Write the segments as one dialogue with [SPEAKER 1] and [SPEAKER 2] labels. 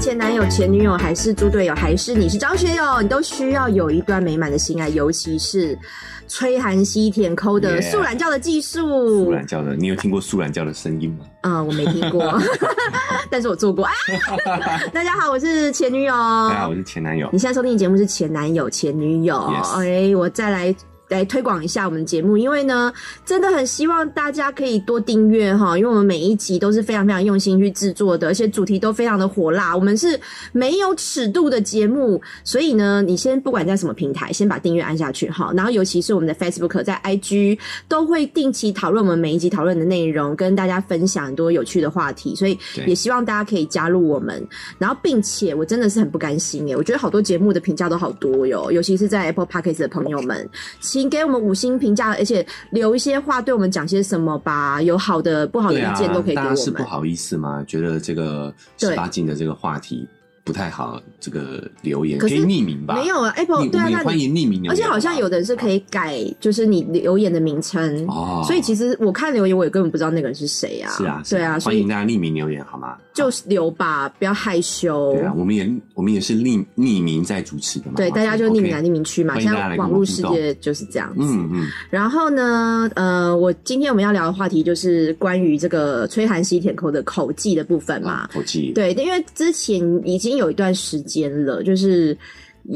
[SPEAKER 1] 前男友、前女友，还是猪队友，还是你是张学友，你都需要有一段美满的性爱，尤其是吹韩西舔抠的
[SPEAKER 2] Yeah
[SPEAKER 1] 素懒教的技
[SPEAKER 2] 素
[SPEAKER 1] 术。
[SPEAKER 2] 懒教的，你有听过素懒教的声音吗？
[SPEAKER 1] 嗯，我没听 过，但是我做过。 啊、大家好，我是前女友。
[SPEAKER 2] 大家好，我是前男友
[SPEAKER 1] 啊你。现在收听的节目是《前男友前女友》
[SPEAKER 2] Yes
[SPEAKER 1] 哎，我再来来推广一下我们的节目，因为呢，真的很希望大家可以多订阅哈，因为我们每一集都是非常非常用心去制作的，而且主题都非常的火辣，我们是没有尺度的节目，所以呢，你先不管在什么平台，先把订阅按下去哈，然后尤其是我们的 Facebook 在 IG 都会定期讨论我们每一集讨论的内容，跟大家分享很多有趣的话题，所以
[SPEAKER 2] 对
[SPEAKER 1] 也希望大家可以加入我们。然后，并且我真的是很不甘心耶，我觉得好多节目的评价都好多哟，尤其是在 Apple Podcast 的朋友们，请给我们五星评价，而且留一些话对我们讲些什么吧，有好的、不好的
[SPEAKER 2] 对
[SPEAKER 1] 意
[SPEAKER 2] 啊
[SPEAKER 1] 见都可以给
[SPEAKER 2] 大
[SPEAKER 1] 我
[SPEAKER 2] 家是
[SPEAKER 1] 们。
[SPEAKER 2] 不好意思吗？觉得这个
[SPEAKER 1] 对
[SPEAKER 2] 十八禁的这个话题不太好，这个留言
[SPEAKER 1] 可
[SPEAKER 2] 可
[SPEAKER 1] 是
[SPEAKER 2] 以匿名吧？
[SPEAKER 1] 没有啊
[SPEAKER 2] 匿，
[SPEAKER 1] ，Apple 对
[SPEAKER 2] 我
[SPEAKER 1] 啊，
[SPEAKER 2] 们也
[SPEAKER 1] 那
[SPEAKER 2] 欢
[SPEAKER 1] 你
[SPEAKER 2] 迎匿名留言。
[SPEAKER 1] 而且好像有的人是可以改，就是你留言的名称。
[SPEAKER 2] 哦，
[SPEAKER 1] 所以其实我看留言，我也根本不知道那个人是谁啊。
[SPEAKER 2] 是啊，是
[SPEAKER 1] 对啊，所
[SPEAKER 2] 欢
[SPEAKER 1] 以
[SPEAKER 2] 迎大家匿名留言好吗？
[SPEAKER 1] 就留吧，不要害羞。
[SPEAKER 2] 对啊，我们也我们也是匿匿名在主持的嘛。
[SPEAKER 1] 对，大家就匿名来
[SPEAKER 2] OK
[SPEAKER 1] 匿名去嘛。
[SPEAKER 2] 欢迎
[SPEAKER 1] 现
[SPEAKER 2] 大家
[SPEAKER 1] 在
[SPEAKER 2] 来跟
[SPEAKER 1] 网
[SPEAKER 2] 我们
[SPEAKER 1] 络
[SPEAKER 2] 互
[SPEAKER 1] 世
[SPEAKER 2] 动
[SPEAKER 1] 界就是这样子。
[SPEAKER 2] 嗯嗯，
[SPEAKER 1] 然后呢，呃，我今天我们要聊的话题就是关于这个吹寒吸舔口的口技的部分嘛。
[SPEAKER 2] 口气
[SPEAKER 1] 对，因为之前已经有一段时间了，就是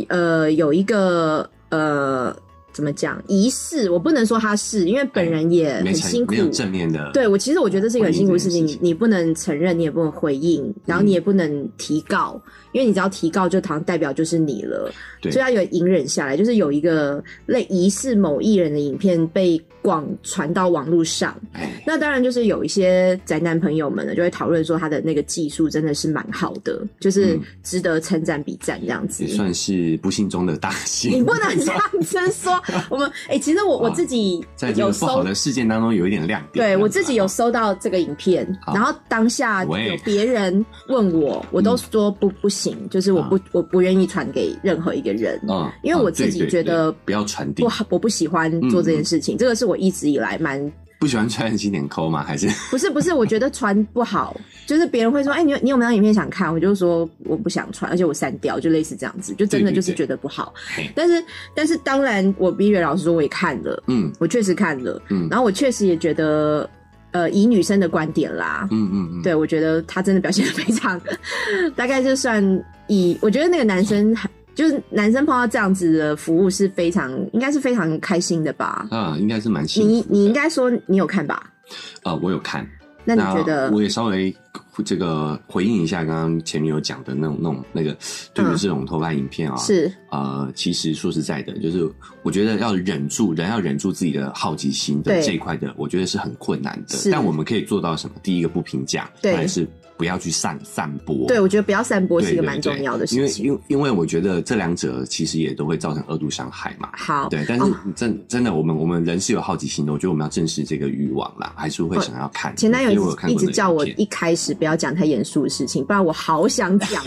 [SPEAKER 1] 呃有一个呃怎么讲仪式，我不能说他是，因为本人也
[SPEAKER 2] 哎没
[SPEAKER 1] 很
[SPEAKER 2] 成
[SPEAKER 1] 辛苦
[SPEAKER 2] 没。有正面的
[SPEAKER 1] 对我其实我觉得这个很辛苦的事情，
[SPEAKER 2] 回应
[SPEAKER 1] 你
[SPEAKER 2] 这件事情嗯
[SPEAKER 1] 你不能承认，你也不能回应，然后你也不能提告，因为你只要提告，就好像代表就是你了，
[SPEAKER 2] 对
[SPEAKER 1] 所以要有隐忍下来。就是有一个类疑似某艺人的影片被广传到网络上，
[SPEAKER 2] 哎
[SPEAKER 1] 那当然就是有一些宅男朋友们呢，就会讨论说他的那个技术真的是蛮好的，就是
[SPEAKER 2] 嗯
[SPEAKER 1] 值得称赞比赞这样子。
[SPEAKER 2] 也算是不幸中的大
[SPEAKER 1] 你
[SPEAKER 2] 幸
[SPEAKER 1] 不。能这样子说，我们哎、其实我我
[SPEAKER 2] 哇
[SPEAKER 1] 自己
[SPEAKER 2] 在这
[SPEAKER 1] 有
[SPEAKER 2] 个不好
[SPEAKER 1] 搜
[SPEAKER 2] 的事件当中有一点亮点。
[SPEAKER 1] 对我自己有收到这个影片，
[SPEAKER 2] 好
[SPEAKER 1] 然后当下
[SPEAKER 2] 喂嗯
[SPEAKER 1] 有别人问我，我都说不不行，就是
[SPEAKER 2] 啊
[SPEAKER 1] 我不、我不愿意传给任何一个人，
[SPEAKER 2] 嗯，
[SPEAKER 1] 因为我
[SPEAKER 2] 嗯对
[SPEAKER 1] 自己
[SPEAKER 2] 对
[SPEAKER 1] 觉得
[SPEAKER 2] 对不要传递
[SPEAKER 1] 不，好，我不喜欢做
[SPEAKER 2] 嗯
[SPEAKER 1] 这件事情，这个是我一直以来蛮
[SPEAKER 2] 不喜欢穿经典抠吗？还是
[SPEAKER 1] 不是不是，我觉得传不好，就是别人会说，哎、你有你有没有影片想看？我就说我不想传，而且我删掉，就类似这样子，就真的
[SPEAKER 2] 对对
[SPEAKER 1] 就是
[SPEAKER 2] 对
[SPEAKER 1] 觉得不好。
[SPEAKER 2] 嘿
[SPEAKER 1] 但是但是当然，我逼月老师说我也看了，
[SPEAKER 2] 嗯
[SPEAKER 1] 我确实看了，
[SPEAKER 2] 嗯
[SPEAKER 1] 然后我确实也觉得，呃，以女生的观点啦，
[SPEAKER 2] 嗯嗯嗯，
[SPEAKER 1] 对，我觉得 他真的表现的非常，大概就算以我觉得那个男生还就是男生碰到这样子的服务是非常应该是非常开心的吧？
[SPEAKER 2] 啊，应该是蛮幸
[SPEAKER 1] 你
[SPEAKER 2] 福
[SPEAKER 1] 你应该说你有看吧？
[SPEAKER 2] 啊，我有看。
[SPEAKER 1] 那你觉得
[SPEAKER 2] 我也稍微这个回应一下刚刚前女友讲的那种那种那个对于这种偷拍影片啊，
[SPEAKER 1] 嗯是
[SPEAKER 2] 呃，其实说实在的，就是我觉得要忍住，人要忍住自己的好奇心的
[SPEAKER 1] 对
[SPEAKER 2] 这一块的，我觉得是很困难的
[SPEAKER 1] 是。
[SPEAKER 2] 但我们可以做到什么？第一个不评价，
[SPEAKER 1] 对
[SPEAKER 2] 还是不要去散散播，
[SPEAKER 1] 对我觉得不要散播
[SPEAKER 2] 对，
[SPEAKER 1] 是一个
[SPEAKER 2] 对
[SPEAKER 1] 蛮
[SPEAKER 2] 对
[SPEAKER 1] 重要的
[SPEAKER 2] 因
[SPEAKER 1] 事
[SPEAKER 2] 为
[SPEAKER 1] 情。
[SPEAKER 2] 因为因为我觉得这两者其实也都会造成二度伤害嘛。
[SPEAKER 1] 好，
[SPEAKER 2] 对，但是
[SPEAKER 1] 哦
[SPEAKER 2] 真、真的，我们我们人是有好奇心的，我觉得我们要正视这个欲望啦，还是会想要看。
[SPEAKER 1] 哦前男友
[SPEAKER 2] 因为我
[SPEAKER 1] 一
[SPEAKER 2] 有
[SPEAKER 1] 直
[SPEAKER 2] 看
[SPEAKER 1] 一
[SPEAKER 2] 过
[SPEAKER 1] 直
[SPEAKER 2] 那个
[SPEAKER 1] 叫我
[SPEAKER 2] 影片
[SPEAKER 1] 一开始不要讲太严肃的事情，不然我好想讲。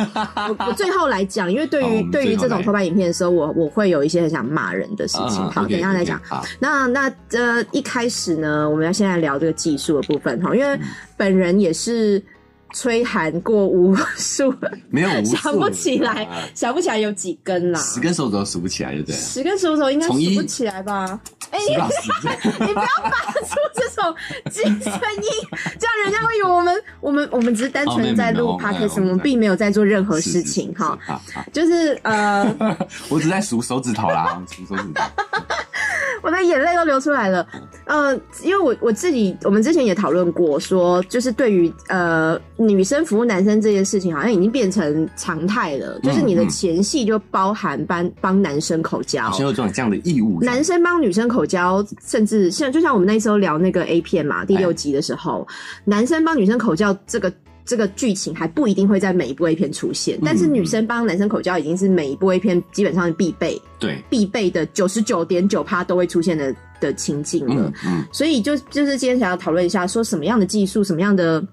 [SPEAKER 1] 我我最后来讲，因为对
[SPEAKER 2] 好我
[SPEAKER 1] 于
[SPEAKER 2] 们
[SPEAKER 1] 对于
[SPEAKER 2] 哦最后
[SPEAKER 1] 这种
[SPEAKER 2] 来
[SPEAKER 1] 偷拍影片的时候，我我会有一些很想骂人的事情。
[SPEAKER 2] 啊
[SPEAKER 1] 好，
[SPEAKER 2] OK，
[SPEAKER 1] 等一下再
[SPEAKER 2] OK，
[SPEAKER 1] 讲。
[SPEAKER 2] 好，
[SPEAKER 1] 那那呃，一开始呢，我们要先来聊这个技术的部分哈，
[SPEAKER 2] 嗯
[SPEAKER 1] 因为本人也是吹寒过无 数，
[SPEAKER 2] 没有无数
[SPEAKER 1] 想不起来
[SPEAKER 2] 啊，
[SPEAKER 1] 想不起来有几根啦，
[SPEAKER 2] 十根手指头数不起来，对 不对了？
[SPEAKER 1] 十根手指头应该
[SPEAKER 2] 从一
[SPEAKER 1] 数不起来吧？哎、
[SPEAKER 2] 十到十这样，
[SPEAKER 1] 你不要发出这种精 神音，这样人家会以为我们我们我们只是单
[SPEAKER 2] 哦没
[SPEAKER 1] 纯
[SPEAKER 2] 有
[SPEAKER 1] 在
[SPEAKER 2] 没有
[SPEAKER 1] 录
[SPEAKER 2] 哦
[SPEAKER 1] podcast，
[SPEAKER 2] 没
[SPEAKER 1] 我
[SPEAKER 2] 有
[SPEAKER 1] 们并没有在做任何
[SPEAKER 2] 是
[SPEAKER 1] 事情哈。。
[SPEAKER 2] 是是是好
[SPEAKER 1] 就是呃，
[SPEAKER 2] 好我只在数手指 头啦，数手指头。
[SPEAKER 1] 我的眼泪都流出来了。呃，因为我我自己，我们之前也讨论过说，就是对于呃女生服务男生这件事情，好像已经变成常态了。就是你的
[SPEAKER 2] 嗯
[SPEAKER 1] 前戏就包含帮帮男生口交
[SPEAKER 2] 好，像有这种这样的义务，
[SPEAKER 1] 男生帮女生口交，甚至像就像我们那时候聊那个 A 片
[SPEAKER 2] 哎
[SPEAKER 1] 嘛，第六集的时候，男生帮女生口交这个这个剧情还不一定会在每一部 A 片出
[SPEAKER 2] 嗯
[SPEAKER 1] 现，但是女生帮男生口交已经是每一部 A 片基本上必备
[SPEAKER 2] 对，
[SPEAKER 1] 必备的九十九点九趴都会出现的的情境了。
[SPEAKER 2] 嗯嗯，
[SPEAKER 1] 所以就就是今天想要讨论一下，说什么样的技术，什么样的，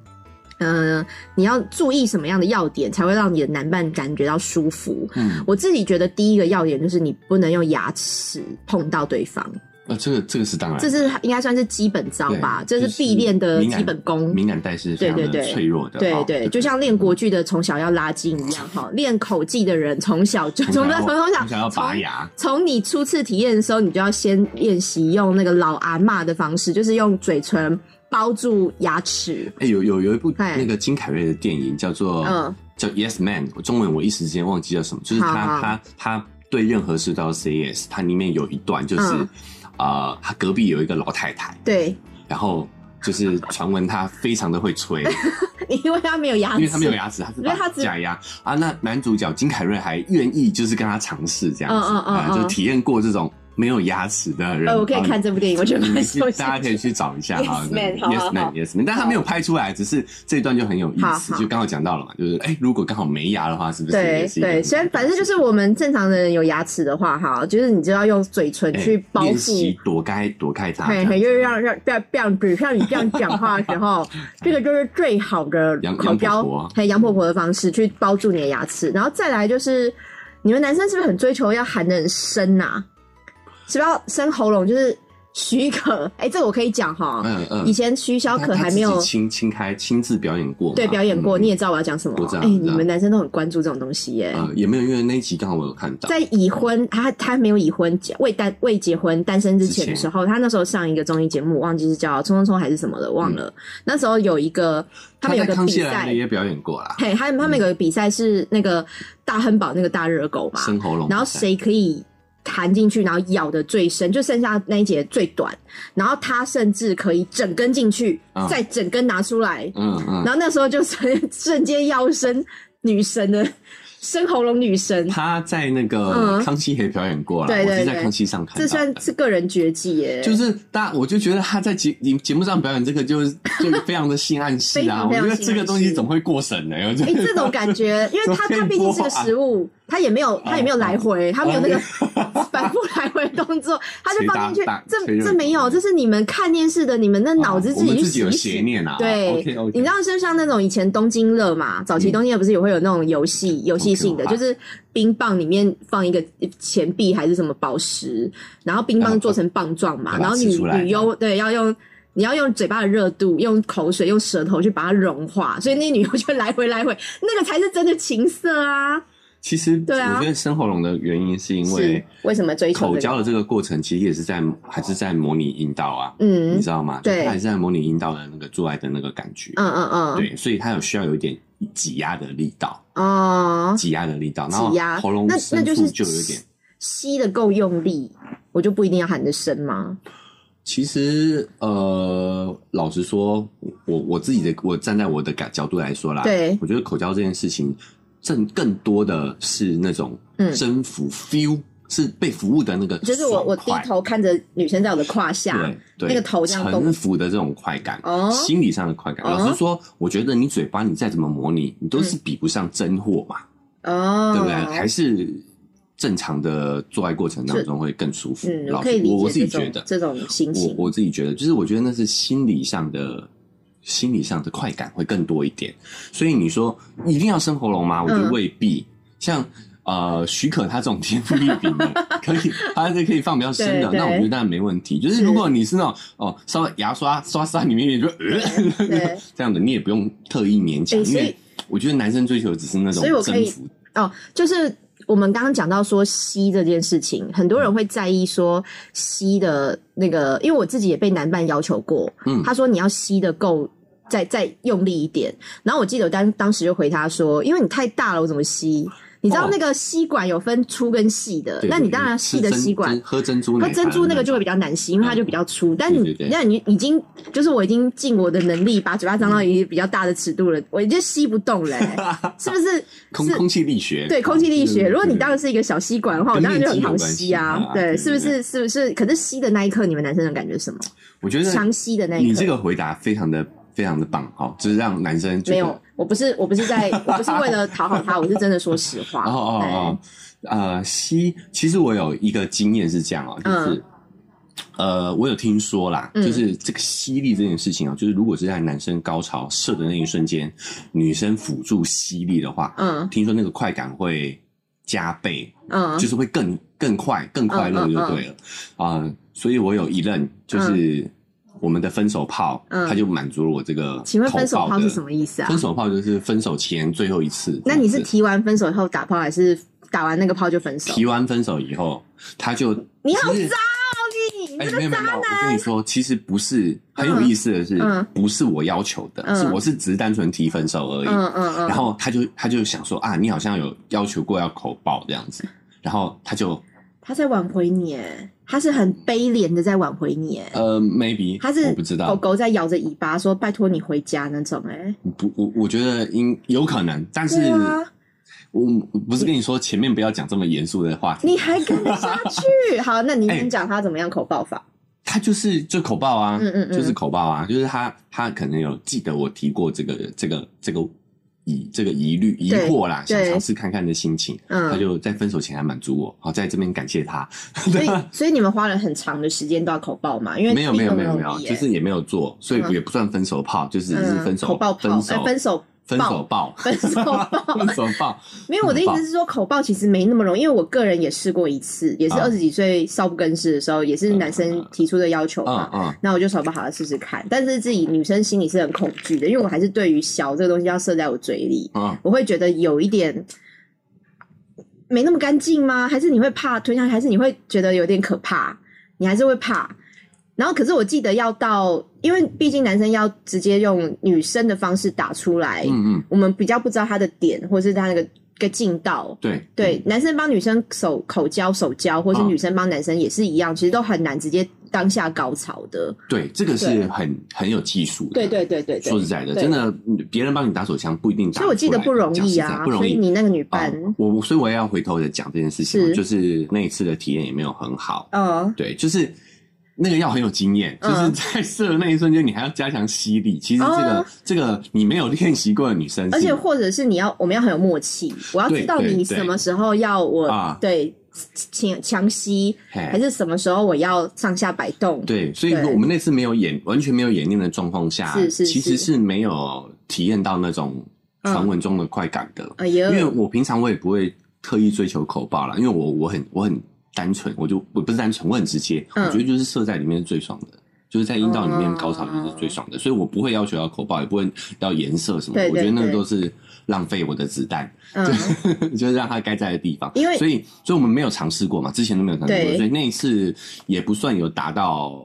[SPEAKER 1] 呃，你要注意什么样的要点，才会让你的男伴感觉到舒服。
[SPEAKER 2] 嗯，
[SPEAKER 1] 我自己觉得第一个要点就是你不能用牙齿碰到对方，
[SPEAKER 2] 呃，这个这个是当然，
[SPEAKER 1] 这是应该算是基本招吧，这是必练的基本功。
[SPEAKER 2] 敏感带是非常
[SPEAKER 1] 对对
[SPEAKER 2] 的
[SPEAKER 1] 对
[SPEAKER 2] 脆弱的，
[SPEAKER 1] 对
[SPEAKER 2] 哦
[SPEAKER 1] 对，就像练国剧的从小要拉筋一样哈，练口技的人从小就从
[SPEAKER 2] 从
[SPEAKER 1] 从从小
[SPEAKER 2] 想要拔
[SPEAKER 1] 从
[SPEAKER 2] 牙，
[SPEAKER 1] 从你初次体验的时候，你就要先练习用那个老阿嬷的方式，就是用嘴唇包住牙齿。
[SPEAKER 2] 哎、有有有一部
[SPEAKER 1] 嗨
[SPEAKER 2] 那个金凯瑞的电影叫做、
[SPEAKER 1] 嗯
[SPEAKER 2] 叫 Yes Man，中文我一时之间忘记叫什么，就是他
[SPEAKER 1] 好好
[SPEAKER 2] 他他对任何事都要 say yes，它里面有一段就是
[SPEAKER 1] 嗯
[SPEAKER 2] 啊、呃他隔壁有一个老太太，
[SPEAKER 1] 对，
[SPEAKER 2] 然后就是传闻她非常的会吹，
[SPEAKER 1] 因为他没有牙齿，
[SPEAKER 2] 因为她没有牙齿，她是
[SPEAKER 1] 因为她
[SPEAKER 2] 把
[SPEAKER 1] 只
[SPEAKER 2] 假牙啊。那男主角金凯瑞还愿意就是跟他尝试这样子，
[SPEAKER 1] 嗯嗯嗯
[SPEAKER 2] 啊，
[SPEAKER 1] 嗯
[SPEAKER 2] 就体验过这种没有牙齿的人。
[SPEAKER 1] 呃，我可以
[SPEAKER 2] 帮你
[SPEAKER 1] 看这部电影，我觉得蛮
[SPEAKER 2] 你
[SPEAKER 1] 受
[SPEAKER 2] 大家可以去找一下
[SPEAKER 1] Yes
[SPEAKER 2] 哈
[SPEAKER 1] Man，好好
[SPEAKER 2] Yes
[SPEAKER 1] 好
[SPEAKER 2] Man，Yes Man，但他没有拍出来，只是这一段就很有意
[SPEAKER 1] 好
[SPEAKER 2] 思，
[SPEAKER 1] 好
[SPEAKER 2] 就刚好讲到了嘛，就是哎，如果刚好没牙的话，是不是
[SPEAKER 1] 对
[SPEAKER 2] 也是一个很
[SPEAKER 1] 对，虽然反正就是我们正常的人有牙齿的话，哈，就是你就要用嘴唇
[SPEAKER 2] 哎
[SPEAKER 1] 去包
[SPEAKER 2] 练
[SPEAKER 1] 覆
[SPEAKER 2] 习。躲开躲开它，
[SPEAKER 1] 嘿
[SPEAKER 2] 这
[SPEAKER 1] 嘿，
[SPEAKER 2] 样
[SPEAKER 1] 就
[SPEAKER 2] 子
[SPEAKER 1] 是让让不要不要，比如像你这样讲话的时 候，这个就是最好的
[SPEAKER 2] 杨
[SPEAKER 1] 口
[SPEAKER 2] 杨
[SPEAKER 1] 交
[SPEAKER 2] 婆婆，
[SPEAKER 1] 还有杨婆婆的方式去包住你的牙齿，然后再来就是，你们男生是不是很追求要喊的很深呐、是不是要深喉咙？就是许可，哎、这我可以讲哈。
[SPEAKER 2] 嗯
[SPEAKER 1] 以
[SPEAKER 2] 嗯，
[SPEAKER 1] 前徐小可
[SPEAKER 2] 他
[SPEAKER 1] 还没
[SPEAKER 2] 他
[SPEAKER 1] 有
[SPEAKER 2] 自己亲亲开亲自表演过嘛，
[SPEAKER 1] 对表演过，
[SPEAKER 2] 嗯
[SPEAKER 1] 你也知道我要讲什么
[SPEAKER 2] 我知。道
[SPEAKER 1] 哎、
[SPEAKER 2] 我知
[SPEAKER 1] 你
[SPEAKER 2] 道
[SPEAKER 1] 们男生都很关注这种东西耶、
[SPEAKER 2] 呃也没有，因为那一集刚好我有看到，
[SPEAKER 1] 在已婚，他他没有已婚，未单未结婚单身之前的时候，他那时候上一个综艺节目，忘记是叫《冲冲冲》还是什么的，忘了。那时候有一个他们有
[SPEAKER 2] 嗯在
[SPEAKER 1] 个
[SPEAKER 2] 康
[SPEAKER 1] 比
[SPEAKER 2] 熙来
[SPEAKER 1] 赛
[SPEAKER 2] 了，也表演过啦，
[SPEAKER 1] 嘿，他们他们有个比赛是那个大亨堡那个大热狗嘛，
[SPEAKER 2] 生喉
[SPEAKER 1] 啊
[SPEAKER 2] 咙，
[SPEAKER 1] 然后？谁可以弹进去，然后咬的最深，就剩下那一节最短，然后他甚至可以整根进去，
[SPEAKER 2] 嗯
[SPEAKER 1] 再整根拿出来，
[SPEAKER 2] 嗯嗯，
[SPEAKER 1] 然后那时候就瞬瞬间腰身女神的生喉咙女神。
[SPEAKER 2] 他在那个
[SPEAKER 1] 嗯
[SPEAKER 2] 康熙也表演过啦，
[SPEAKER 1] 对对
[SPEAKER 2] 我是在
[SPEAKER 1] 对
[SPEAKER 2] 康熙上看到
[SPEAKER 1] 这
[SPEAKER 2] 的，
[SPEAKER 1] 算是个人绝技耶、
[SPEAKER 2] 就是大，我就觉得他在节你节目上表演这个就， 就非常的性暗示
[SPEAKER 1] 非
[SPEAKER 2] 啊！
[SPEAKER 1] 常
[SPEAKER 2] 我
[SPEAKER 1] 非常
[SPEAKER 2] 觉得这个东西怎么会过审呢？我觉
[SPEAKER 1] 哎、
[SPEAKER 2] 得
[SPEAKER 1] 这种感觉，因为它
[SPEAKER 2] 怎么变
[SPEAKER 1] 它毕竟是个
[SPEAKER 2] 波啊哦
[SPEAKER 1] 食物，它也没有它也没有来回，它没有那 个反复来回的动作，它就放进
[SPEAKER 2] 捶
[SPEAKER 1] 去
[SPEAKER 2] 打打。捶
[SPEAKER 1] 这
[SPEAKER 2] 热
[SPEAKER 1] 这没有，这是你们看电视的，你们那脑子
[SPEAKER 2] 嗯啊我
[SPEAKER 1] 自己
[SPEAKER 2] 们
[SPEAKER 1] 去
[SPEAKER 2] 自己
[SPEAKER 1] 洗
[SPEAKER 2] 有
[SPEAKER 1] 一
[SPEAKER 2] 邪
[SPEAKER 1] 洗。
[SPEAKER 2] 念啊。
[SPEAKER 1] 对
[SPEAKER 2] o k o k
[SPEAKER 1] 你知道，就像那种以前东京乐嘛，早期东京乐不是也会有那种游戏游戏性的，
[SPEAKER 2] 嗯 OK，
[SPEAKER 1] 就是冰棒里面放一个钱币还是什么宝石，然后冰
[SPEAKER 2] 然后
[SPEAKER 1] 棒做成棒状嘛，
[SPEAKER 2] 把它
[SPEAKER 1] 然后
[SPEAKER 2] 吃
[SPEAKER 1] 你
[SPEAKER 2] 出来
[SPEAKER 1] 你优对要用。你要用嘴巴的热度，用口水，用舌头去把它融化，所以那些女优就来回来回，那个才是真的情色啊！
[SPEAKER 2] 其实
[SPEAKER 1] 对啊
[SPEAKER 2] 我觉得生喉咙的原因是因
[SPEAKER 1] 是
[SPEAKER 2] 为
[SPEAKER 1] 为什么追求、这个、
[SPEAKER 2] 口交的这个过程，其实也是在还是在模拟阴道啊，
[SPEAKER 1] 嗯
[SPEAKER 2] 你知道吗？
[SPEAKER 1] 对
[SPEAKER 2] 就它还是在模拟阴道的那个做爱的那个感觉。
[SPEAKER 1] 嗯嗯嗯，
[SPEAKER 2] 对，所以它有需要有一点挤压的力道，
[SPEAKER 1] 哦，
[SPEAKER 2] 挤压的力道，然后
[SPEAKER 1] 挤压
[SPEAKER 2] 喉咙
[SPEAKER 1] 那那
[SPEAKER 2] 深
[SPEAKER 1] 就
[SPEAKER 2] 处
[SPEAKER 1] 是
[SPEAKER 2] 就有一点。
[SPEAKER 1] 吸的够用力，我就不一定要喊的深吗？
[SPEAKER 2] 其实，呃，老实说，我我自己的，我站在我的感角度来说啦，
[SPEAKER 1] 对
[SPEAKER 2] 我觉得口交这件事情，更更多的是那种
[SPEAKER 1] 嗯
[SPEAKER 2] 征服 feel，、是被服务的那个爽快，
[SPEAKER 1] 就是我我低头看着女生在我的胯下，
[SPEAKER 2] 对对
[SPEAKER 1] 那个头这样动
[SPEAKER 2] 臣服的这种快感，
[SPEAKER 1] 哦
[SPEAKER 2] 心理上的快感。
[SPEAKER 1] 哦嗯
[SPEAKER 2] 老实说，我觉得你嘴巴你再怎么模拟，你都是比不上真货嘛，
[SPEAKER 1] 哦，
[SPEAKER 2] 对不对？还是正常的做爱过程当中会更舒服。
[SPEAKER 1] 嗯，我
[SPEAKER 2] 老
[SPEAKER 1] 可以
[SPEAKER 2] 实我我
[SPEAKER 1] 理
[SPEAKER 2] 自
[SPEAKER 1] 解
[SPEAKER 2] 己
[SPEAKER 1] 这
[SPEAKER 2] 觉
[SPEAKER 1] 种
[SPEAKER 2] 得
[SPEAKER 1] 这种心
[SPEAKER 2] 我
[SPEAKER 1] 情。
[SPEAKER 2] 我自己觉得，就是我觉得那是心理上的心理上的快感会更多一点。所以你说一定要生喉咙吗？我觉得
[SPEAKER 1] 嗯
[SPEAKER 2] 未必。像呃，许可他这种天赋异禀的，可以，他是可以放比较深的，
[SPEAKER 1] 对对
[SPEAKER 2] 那我觉得当然没问题。就是如果你是那种哦，稍微牙刷刷刷里面一点就
[SPEAKER 1] 对
[SPEAKER 2] 呃 这样的，你也不用特意勉
[SPEAKER 1] 诶
[SPEAKER 2] 强，因
[SPEAKER 1] 所以
[SPEAKER 2] 为我觉得男生追求的只是那种
[SPEAKER 1] 所以我可
[SPEAKER 2] 征
[SPEAKER 1] 以
[SPEAKER 2] 服。
[SPEAKER 1] 哦，就是我们刚刚讲到说吸这件事情，很多
[SPEAKER 2] 嗯
[SPEAKER 1] 人会在意说吸的那个，因为我自己也被男伴要求过，
[SPEAKER 2] 嗯
[SPEAKER 1] 他说你要吸的够。再再用力一点，然后我记得我当当时就回他说，因为你太大了，我怎么吸？你知道
[SPEAKER 2] 哦
[SPEAKER 1] 那个吸管有分粗跟细的，
[SPEAKER 2] 对
[SPEAKER 1] 那
[SPEAKER 2] 对
[SPEAKER 1] 你当然
[SPEAKER 2] 吃
[SPEAKER 1] 细的
[SPEAKER 2] 珍
[SPEAKER 1] 吸管
[SPEAKER 2] 珍喝珍珠奶
[SPEAKER 1] 喝
[SPEAKER 2] 茶
[SPEAKER 1] 珍珠那个
[SPEAKER 2] 种
[SPEAKER 1] 就会比较难吸，因为它就比较粗。但你
[SPEAKER 2] 嗯对对对
[SPEAKER 1] 那你已经就是我已经尽我的能力把嘴巴张
[SPEAKER 2] 嗯
[SPEAKER 1] 到一个比较大的尺度了，我就吸不动嘞、 是不是？
[SPEAKER 2] 空
[SPEAKER 1] 是
[SPEAKER 2] 空气力学，
[SPEAKER 1] 对空气力学。如果你当
[SPEAKER 2] 时
[SPEAKER 1] 然是一个小吸管的话，我当然就很好吸啊。
[SPEAKER 2] 跟
[SPEAKER 1] 对，
[SPEAKER 2] 面积
[SPEAKER 1] 是
[SPEAKER 2] 有
[SPEAKER 1] 不
[SPEAKER 2] 关
[SPEAKER 1] 是？
[SPEAKER 2] 系
[SPEAKER 1] 是不是？可是吸的那一刻，你们男生的感觉是什么？
[SPEAKER 2] 我觉得
[SPEAKER 1] 强吸的那一刻。
[SPEAKER 2] 你这个回答非常的非常的棒哦，就是让男生觉得
[SPEAKER 1] 没有，我不是，我不是在，我不是为了讨好 他，我是真的说实话。
[SPEAKER 2] 哦哦哦，呃，吸，其实我有一个经验是这样哦，就是。呃，我有听说啦，
[SPEAKER 1] 嗯
[SPEAKER 2] 就是这个吸力这件事情啊，就是如果是在男生高潮射的那一瞬间，女生辅助吸力的话，
[SPEAKER 1] 嗯
[SPEAKER 2] 听说那个快感会加倍，
[SPEAKER 1] 嗯
[SPEAKER 2] 就是会更更快、更快乐就对了啊、所以我有一任就是我们的分手炮，
[SPEAKER 1] 嗯
[SPEAKER 2] 他就满足了我这个。
[SPEAKER 1] 请问分手炮是什
[SPEAKER 2] 么？
[SPEAKER 1] 么意思啊
[SPEAKER 2] 分？手炮就是分手前最后一次。
[SPEAKER 1] 那你是
[SPEAKER 2] 这样子
[SPEAKER 1] 提完分手以后打炮，还是打完那个炮就分手？
[SPEAKER 2] 提完分手以后，他就
[SPEAKER 1] 你好
[SPEAKER 2] 其实
[SPEAKER 1] 渣哦，你你
[SPEAKER 2] 哎，
[SPEAKER 1] 这
[SPEAKER 2] 没
[SPEAKER 1] 个
[SPEAKER 2] 有没
[SPEAKER 1] 渣
[SPEAKER 2] 有，没有，
[SPEAKER 1] 男！
[SPEAKER 2] 我跟你说，其实不是很有意思的是，
[SPEAKER 1] 嗯
[SPEAKER 2] 不是我要求的，
[SPEAKER 1] 嗯
[SPEAKER 2] 是我是只是单纯提分手而已。
[SPEAKER 1] 嗯嗯嗯，
[SPEAKER 2] 然后他就他就想说啊，你好像有要求过要口爆这样子，然后他就
[SPEAKER 1] 他在挽回你，哎，他是很悲怜的在挽回你，哎，
[SPEAKER 2] 呃 maybe
[SPEAKER 1] 他是
[SPEAKER 2] 我不知
[SPEAKER 1] 狗
[SPEAKER 2] 道，
[SPEAKER 1] 狗在摇着尾巴说：“拜托你回家那种。”哎，
[SPEAKER 2] 不我我觉得应有可能，但是
[SPEAKER 1] 对啊，
[SPEAKER 2] 我不是跟你说前面不要讲这么严肃的话题，
[SPEAKER 1] 你还跟得下 去？好，那你先
[SPEAKER 2] 哎
[SPEAKER 1] 讲他怎么样口爆法。
[SPEAKER 2] 他就是就口爆啊，
[SPEAKER 1] 嗯嗯嗯
[SPEAKER 2] 就是口爆啊，就是他他可能有记得我提过这个这个这个疑这个疑虑疑惑啦，想
[SPEAKER 1] 对
[SPEAKER 2] 尝试看看的心情，
[SPEAKER 1] 嗯
[SPEAKER 2] 他就在分手前还满足我，好在这边感谢他，
[SPEAKER 1] 所以，所以你们花了很长的时间都要口爆嘛？因为
[SPEAKER 2] 哎啊没有没有没有没
[SPEAKER 1] 并
[SPEAKER 2] 有，
[SPEAKER 1] 不容易
[SPEAKER 2] 就是也没有做，所以
[SPEAKER 1] 嗯
[SPEAKER 2] 也不算分手炮，就是
[SPEAKER 1] 嗯
[SPEAKER 2] 是分手
[SPEAKER 1] 口爆炮
[SPEAKER 2] 分
[SPEAKER 1] 哎
[SPEAKER 2] 手
[SPEAKER 1] 分手
[SPEAKER 2] 分手爆
[SPEAKER 1] 分 手爆
[SPEAKER 2] 分手爆，
[SPEAKER 1] 没有，我的意
[SPEAKER 2] 很
[SPEAKER 1] 思是说，口爆其实没那么容易，因为我个人也试过一次，也是
[SPEAKER 2] 啊
[SPEAKER 1] 二十几岁少不更事的时候，也是男生提出的要求
[SPEAKER 2] 嗯
[SPEAKER 1] 嘛。
[SPEAKER 2] 嗯，
[SPEAKER 1] 那我就想办法试试看，但是自己女生心里是很恐惧的，因为我还是对于小这个东西要射在我嘴里，
[SPEAKER 2] 嗯
[SPEAKER 1] 我会觉得有一点没那么干净吗？还是你会怕吞下去？还是你会觉得有点可怕？你还是会怕？然后，可是我记得要到，因为毕竟男生要直接用女生的方式打出来，
[SPEAKER 2] 嗯嗯，
[SPEAKER 1] 我们比较不知道他的点，或是他那个个劲道。
[SPEAKER 2] 对
[SPEAKER 1] 对，男生帮女生手口交、手交，或是
[SPEAKER 2] 嗯
[SPEAKER 1] 女生帮男生也是一样，其实都很难直接当下高潮的。
[SPEAKER 2] 对，这个
[SPEAKER 1] 对
[SPEAKER 2] 是很很有技术的，
[SPEAKER 1] 对对对对
[SPEAKER 2] 说
[SPEAKER 1] 对
[SPEAKER 2] 实。在的，
[SPEAKER 1] 对
[SPEAKER 2] 真的，别人帮你打手枪不一定打
[SPEAKER 1] 所以我记得
[SPEAKER 2] 出来
[SPEAKER 1] 不容
[SPEAKER 2] 讲
[SPEAKER 1] 易
[SPEAKER 2] 实在
[SPEAKER 1] 啊，
[SPEAKER 2] 不容
[SPEAKER 1] 所以
[SPEAKER 2] 易。
[SPEAKER 1] 你那个女
[SPEAKER 2] 啊
[SPEAKER 1] 伴，
[SPEAKER 2] 我我所以我也要回头的讲这件事情，
[SPEAKER 1] 是
[SPEAKER 2] 就是那一次的体验也没有很好，
[SPEAKER 1] 哦，
[SPEAKER 2] 对，就是那个要很有经验，就
[SPEAKER 1] 嗯
[SPEAKER 2] 是在 射的那一瞬间，你还要加强吸力。其实这个、
[SPEAKER 1] 哦
[SPEAKER 2] 这个你没有练习过的女生是，
[SPEAKER 1] 而且或者是你要，我们要很有默契，我要
[SPEAKER 2] 对
[SPEAKER 1] 知道你
[SPEAKER 2] 对
[SPEAKER 1] 什么时候要我
[SPEAKER 2] 啊
[SPEAKER 1] 对强强吸，还
[SPEAKER 2] 嘿
[SPEAKER 1] 是什么时候我要上下摆动。
[SPEAKER 2] 对，所以
[SPEAKER 1] 对
[SPEAKER 2] 我们那次没有演，完全没有演练的状况下，
[SPEAKER 1] 是是
[SPEAKER 2] 其实
[SPEAKER 1] 是嗯
[SPEAKER 2] 是没有体验到那种传闻中的快感的。
[SPEAKER 1] 哎呦，
[SPEAKER 2] 因为我平常我也不会特意追求口爆啦，因为我我很我很单纯，我就我不是单纯，我很直接，
[SPEAKER 1] 嗯
[SPEAKER 2] 我觉得就是射在里面是最爽的。就是在阴道里面
[SPEAKER 1] 哦
[SPEAKER 2] 高潮就是最爽的，所以我不会要求要口爆，也不会要颜色什么的，
[SPEAKER 1] 对对
[SPEAKER 2] 我觉得那
[SPEAKER 1] 对
[SPEAKER 2] 个都是浪费我的子弹，
[SPEAKER 1] 嗯，
[SPEAKER 2] 就是让它该在的地方。
[SPEAKER 1] 因为
[SPEAKER 2] 所以，所以我们没有尝试过嘛，之前都没有尝试
[SPEAKER 1] 对
[SPEAKER 2] 过，所以那一次也不算有达到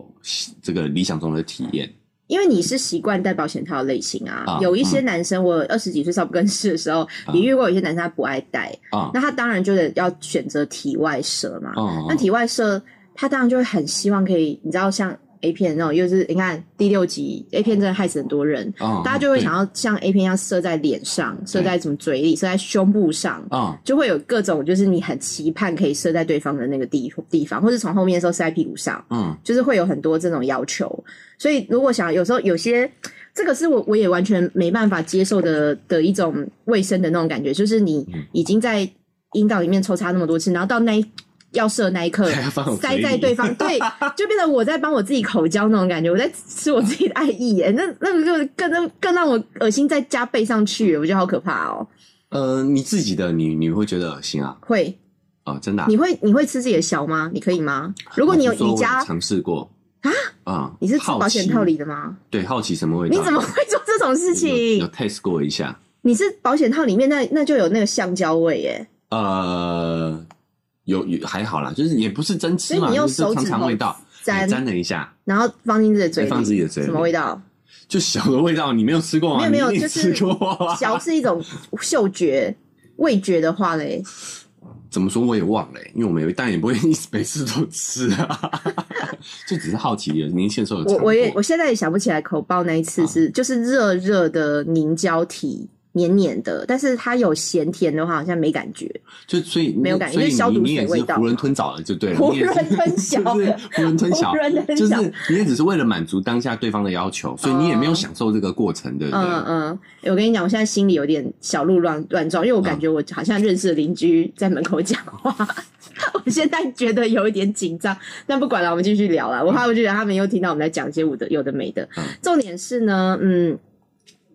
[SPEAKER 2] 这个理想中的体验。
[SPEAKER 1] 因为你是习惯戴保险套的类型啊，
[SPEAKER 2] 啊
[SPEAKER 1] 有一些男生，我二十几岁少不更事的时候，也遇过有一些男生他不爱戴，
[SPEAKER 2] 啊
[SPEAKER 1] 那他当然就得要选择体外射嘛。
[SPEAKER 2] 哦，
[SPEAKER 1] 那体外射，他当然就会很希望可以，你知道像 A 片那种，又是你看第六集 A 片真的害死很多人，
[SPEAKER 2] 哦
[SPEAKER 1] 大家就会想要像 A 片一样射在脸上，射在什么嘴里，射在胸部上。
[SPEAKER 2] 对啊，
[SPEAKER 1] 就会有各种，就是你很期盼可以射在对方的那个地地方，或是从后面的时候射在屁股上，
[SPEAKER 2] 嗯
[SPEAKER 1] 就是会有很多这种要求。所以如果想有时候有些，这个是我我也完全没办法接受的的一种卫生的那种感觉，就是你
[SPEAKER 2] 嗯
[SPEAKER 1] 已经在阴道里面抽插那么多次，然后到那一要射那一 刻
[SPEAKER 2] 还要放我嘴
[SPEAKER 1] 塞
[SPEAKER 2] 里
[SPEAKER 1] 在对方， 对，就变成我在帮我自己口交那种感觉，我在吃我自己的爱意耶，那那个就更更让我恶心再加倍上去，我觉得好可怕哦。
[SPEAKER 2] 呃，你自己的你你会觉得恶心啊？
[SPEAKER 1] 会，
[SPEAKER 2] 哦，真的啊、
[SPEAKER 1] 你会你会吃自己的小吗？你可以吗？如果你有
[SPEAKER 2] 我不说
[SPEAKER 1] 你
[SPEAKER 2] 我有
[SPEAKER 1] 家
[SPEAKER 2] 尝试过
[SPEAKER 1] 啊
[SPEAKER 2] 啊，
[SPEAKER 1] 你是吃
[SPEAKER 2] 好
[SPEAKER 1] 保险套
[SPEAKER 2] 奇
[SPEAKER 1] 里的吗？
[SPEAKER 2] 对好奇什么味道？
[SPEAKER 1] 你怎么会做这种事
[SPEAKER 2] 有有
[SPEAKER 1] 情？
[SPEAKER 2] test 过一下？
[SPEAKER 1] 你是保险套里面那那就有那个橡胶味耶，
[SPEAKER 2] 呃，有有还好啦，就是也不是真
[SPEAKER 1] 所
[SPEAKER 2] 吃
[SPEAKER 1] 以
[SPEAKER 2] 嘛，
[SPEAKER 1] 你用
[SPEAKER 2] 就是
[SPEAKER 1] 手
[SPEAKER 2] 尝
[SPEAKER 1] 指
[SPEAKER 2] 尝
[SPEAKER 1] 头
[SPEAKER 2] 味道，
[SPEAKER 1] 沾
[SPEAKER 2] 也，沾了一下，
[SPEAKER 1] 然后放进自己的嘴里，
[SPEAKER 2] 放自己的嘴里
[SPEAKER 1] 什么味道？
[SPEAKER 2] 就小的味道，你没有吃过吗？
[SPEAKER 1] 没有没有
[SPEAKER 2] 你一定
[SPEAKER 1] 就是
[SPEAKER 2] 吃过啊。
[SPEAKER 1] 小是一种嗅觉，味觉的话嘞，
[SPEAKER 2] 怎么说我也忘了欸、因为我们有，但也不会 一直每次都吃啊， 就只是好奇，年轻的时候有
[SPEAKER 1] 我
[SPEAKER 2] 尝
[SPEAKER 1] 我也
[SPEAKER 2] 过
[SPEAKER 1] 我现在也想不起来口爆那一次是、就是热热的凝胶体。黏黏的，但是它有咸甜的话，好像没感觉。
[SPEAKER 2] 就所以
[SPEAKER 1] 没有感觉
[SPEAKER 2] 所以
[SPEAKER 1] 就消毒
[SPEAKER 2] 你
[SPEAKER 1] 水
[SPEAKER 2] 你也
[SPEAKER 1] 味
[SPEAKER 2] 是
[SPEAKER 1] 道
[SPEAKER 2] 囫囵吞枣了，就对了，
[SPEAKER 1] 囫
[SPEAKER 2] 你也是
[SPEAKER 1] 囵吞小
[SPEAKER 2] 就是囫 囵吞小
[SPEAKER 1] 囫，囵吞
[SPEAKER 2] 就
[SPEAKER 1] 小
[SPEAKER 2] 是你也只是为了满足当下对方的要求，所以你也没有享受这个过程，对不对？
[SPEAKER 1] 嗯嗯，我跟你讲，我现在心里有点小鹿乱乱撞，因为我感觉我好像认识的邻居在门口讲话， 我现在觉得有一点紧张。但不管了，我们继续聊了。我怕我就觉得他们又听到我们在讲一些有的有的没的
[SPEAKER 2] 嗯。
[SPEAKER 1] 重点是呢，嗯，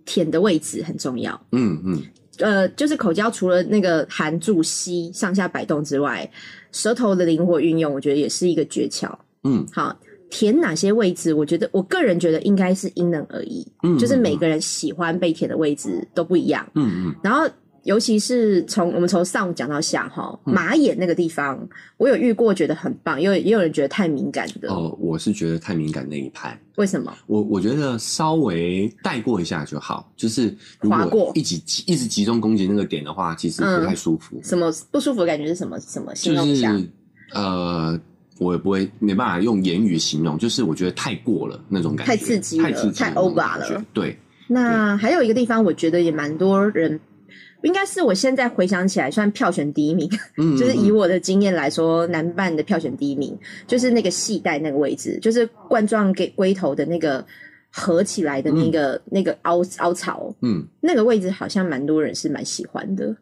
[SPEAKER 1] 舔的位置很重要。
[SPEAKER 2] 嗯嗯，
[SPEAKER 1] 呃，就是口交除了那个含住吸上下摆动之外，舌头的灵活运用，我觉得也是一个诀窍。
[SPEAKER 2] 嗯
[SPEAKER 1] 好，填哪些位置？我觉得我个人觉得应该是因人而异，
[SPEAKER 2] 嗯
[SPEAKER 1] 就是每个人喜欢被填的位置都不一样。
[SPEAKER 2] 嗯嗯，
[SPEAKER 1] 然后，尤其是从我们从上午讲到下哈，
[SPEAKER 2] 嗯
[SPEAKER 1] 马眼那个地方，我有遇过觉得很棒，也有也有人觉得太敏感的，
[SPEAKER 2] 哦、我是觉得太敏感那一派，
[SPEAKER 1] 为什么？
[SPEAKER 2] 我我觉得稍微带过一下就好，就是如
[SPEAKER 1] 划
[SPEAKER 2] 果
[SPEAKER 1] 过嗯
[SPEAKER 2] 一直集一直集中攻击那个点的话，其实不太舒服。
[SPEAKER 1] 什么不舒服的感觉是什么？什么形容啊
[SPEAKER 2] 就
[SPEAKER 1] 一下？
[SPEAKER 2] 是呃，我也不会没办法用言语形容，就是我觉得太过了那种感觉，
[SPEAKER 1] 太刺激了
[SPEAKER 2] 太刺激
[SPEAKER 1] 太
[SPEAKER 2] 那种
[SPEAKER 1] over
[SPEAKER 2] 感觉
[SPEAKER 1] 了。
[SPEAKER 2] 对，
[SPEAKER 1] 那还有一个地方，我觉得也蛮多人，应该是我现在回想起来算票选第一名，
[SPEAKER 2] 嗯，
[SPEAKER 1] 就是
[SPEAKER 2] 嗯
[SPEAKER 1] 以
[SPEAKER 2] 嗯
[SPEAKER 1] 我的经验来说，男伴的票选第一名就是那个系带那个位置，就是冠状给龟头的那个合起来的那个、那个凹凹槽，
[SPEAKER 2] 嗯
[SPEAKER 1] 那个位置好像蛮多人是蛮喜欢的。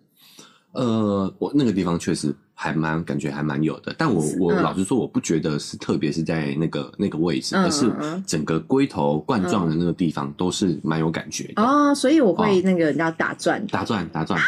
[SPEAKER 2] 呃，我那个地方确实还蛮感觉还蛮有的，但我我
[SPEAKER 1] 嗯
[SPEAKER 2] 老实说，我不觉得是特别是在那个那个位置，
[SPEAKER 1] 嗯
[SPEAKER 2] 而是
[SPEAKER 1] 嗯嗯
[SPEAKER 2] 整个龟头冠状的那个地方都是蛮有感觉的。
[SPEAKER 1] 哦，所以我会那个人家打转。
[SPEAKER 2] 打转打转，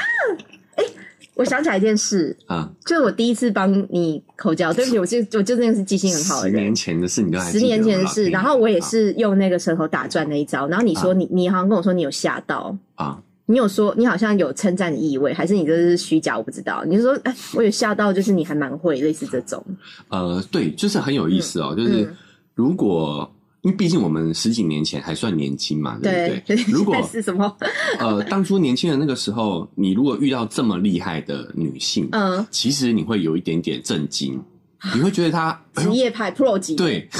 [SPEAKER 1] 我想起来一件事，
[SPEAKER 2] 啊，
[SPEAKER 1] 就是我第一次帮你口交，对不起，我就我就真的是记性很好的
[SPEAKER 2] 十
[SPEAKER 1] 人。
[SPEAKER 2] 年前的事你都还
[SPEAKER 1] 十
[SPEAKER 2] 记
[SPEAKER 1] 年
[SPEAKER 2] 得
[SPEAKER 1] 前的
[SPEAKER 2] 吗
[SPEAKER 1] 事，然后我
[SPEAKER 2] 啊
[SPEAKER 1] 也是用那个舌头打转那一招，然后你说你你好像跟我说你有吓到，
[SPEAKER 2] 啊，
[SPEAKER 1] 你有说你好像有称赞的意味，还是你这是虚假？我不知道。你就说哎，我有吓到，就是你还蛮会，类似这种。
[SPEAKER 2] 呃，对，就是很有意思哦，就是
[SPEAKER 1] 嗯
[SPEAKER 2] 如果。因为毕竟我们十几年前还算年轻嘛，对不
[SPEAKER 1] 对，
[SPEAKER 2] 对？ 如果
[SPEAKER 1] 但是什么？
[SPEAKER 2] 呃当初年轻的那个时候，你如果遇到这么厉害的女性，
[SPEAKER 1] 嗯，
[SPEAKER 2] 其实你会有一点点震惊，你会觉得她 哎
[SPEAKER 1] 职
[SPEAKER 2] 呦
[SPEAKER 1] 业派 pro 级，，
[SPEAKER 2] 对，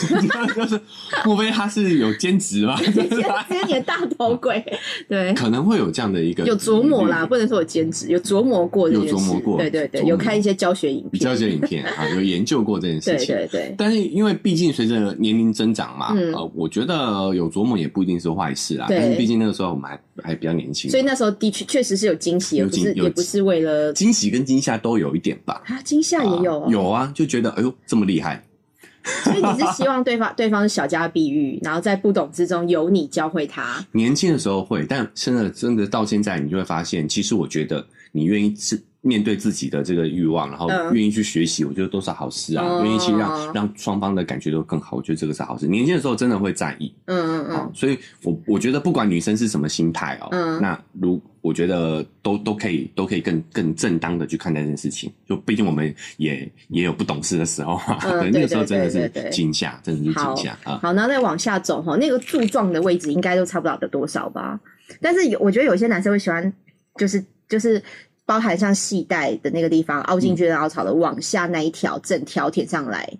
[SPEAKER 2] 就是莫非她是有兼职吗？
[SPEAKER 1] 直接直接你的大头鬼，对。
[SPEAKER 2] 可能会哦有这样的一个
[SPEAKER 1] 有琢磨啦，
[SPEAKER 2] 疑虑
[SPEAKER 1] 不能说有兼职，有琢磨过这件事，
[SPEAKER 2] 有琢磨过
[SPEAKER 1] 对对对
[SPEAKER 2] 琢，磨
[SPEAKER 1] 有看一些教学影
[SPEAKER 2] 比较
[SPEAKER 1] 片，
[SPEAKER 2] 这影片啊，有研究过这件事
[SPEAKER 1] 对
[SPEAKER 2] 情。
[SPEAKER 1] 对对，
[SPEAKER 2] 但是因为毕竟随着年龄增长嘛，
[SPEAKER 1] 嗯
[SPEAKER 2] 呃，我觉得有琢磨也不一定是坏事啦。
[SPEAKER 1] 对
[SPEAKER 2] 但是毕竟那个时候我们还还比较年轻，
[SPEAKER 1] 所以那时候的确确实是有惊喜，也
[SPEAKER 2] 有
[SPEAKER 1] 不
[SPEAKER 2] 惊
[SPEAKER 1] 是
[SPEAKER 2] 有
[SPEAKER 1] 也不
[SPEAKER 2] 惊
[SPEAKER 1] 是为了
[SPEAKER 2] 惊喜跟惊吓都有一点吧。
[SPEAKER 1] 啊惊吓也有、哦
[SPEAKER 2] 啊有啊，就觉得哎呦这么厉害，
[SPEAKER 1] 所以你是希望对方对方是小家碧玉，然后在不懂之中由你教会他。
[SPEAKER 2] 年轻的时候会，但真的真的到现在，你就会发现，其实我觉得你愿意自面对自己的这个欲望，然后
[SPEAKER 1] 嗯
[SPEAKER 2] 愿意去学习，我觉得都是好事啊。
[SPEAKER 1] 哦
[SPEAKER 2] 愿意去让让双方的感觉都更好，我觉得这个是好事。年轻的时候真的会在意
[SPEAKER 1] 嗯嗯
[SPEAKER 2] 啊、
[SPEAKER 1] 嗯，
[SPEAKER 2] 所以我我觉得不管女生是什么心态哦，
[SPEAKER 1] 嗯
[SPEAKER 2] 那如我觉得都都可以都可以更更正当的去看待这件事情。就毕竟我们也也有不懂事的时候啊，
[SPEAKER 1] 嗯
[SPEAKER 2] 对那个时候真的
[SPEAKER 1] 对
[SPEAKER 2] 是
[SPEAKER 1] 对对对
[SPEAKER 2] 惊吓，真的是惊吓啊。
[SPEAKER 1] 好，然后再往下走哈，那个柱状的位置应该都差不了多少吧？但是有我觉得有些男生会喜欢，就是就是包含像系带的那个地方凹进去的凹槽的，往下那一条整条舔上来，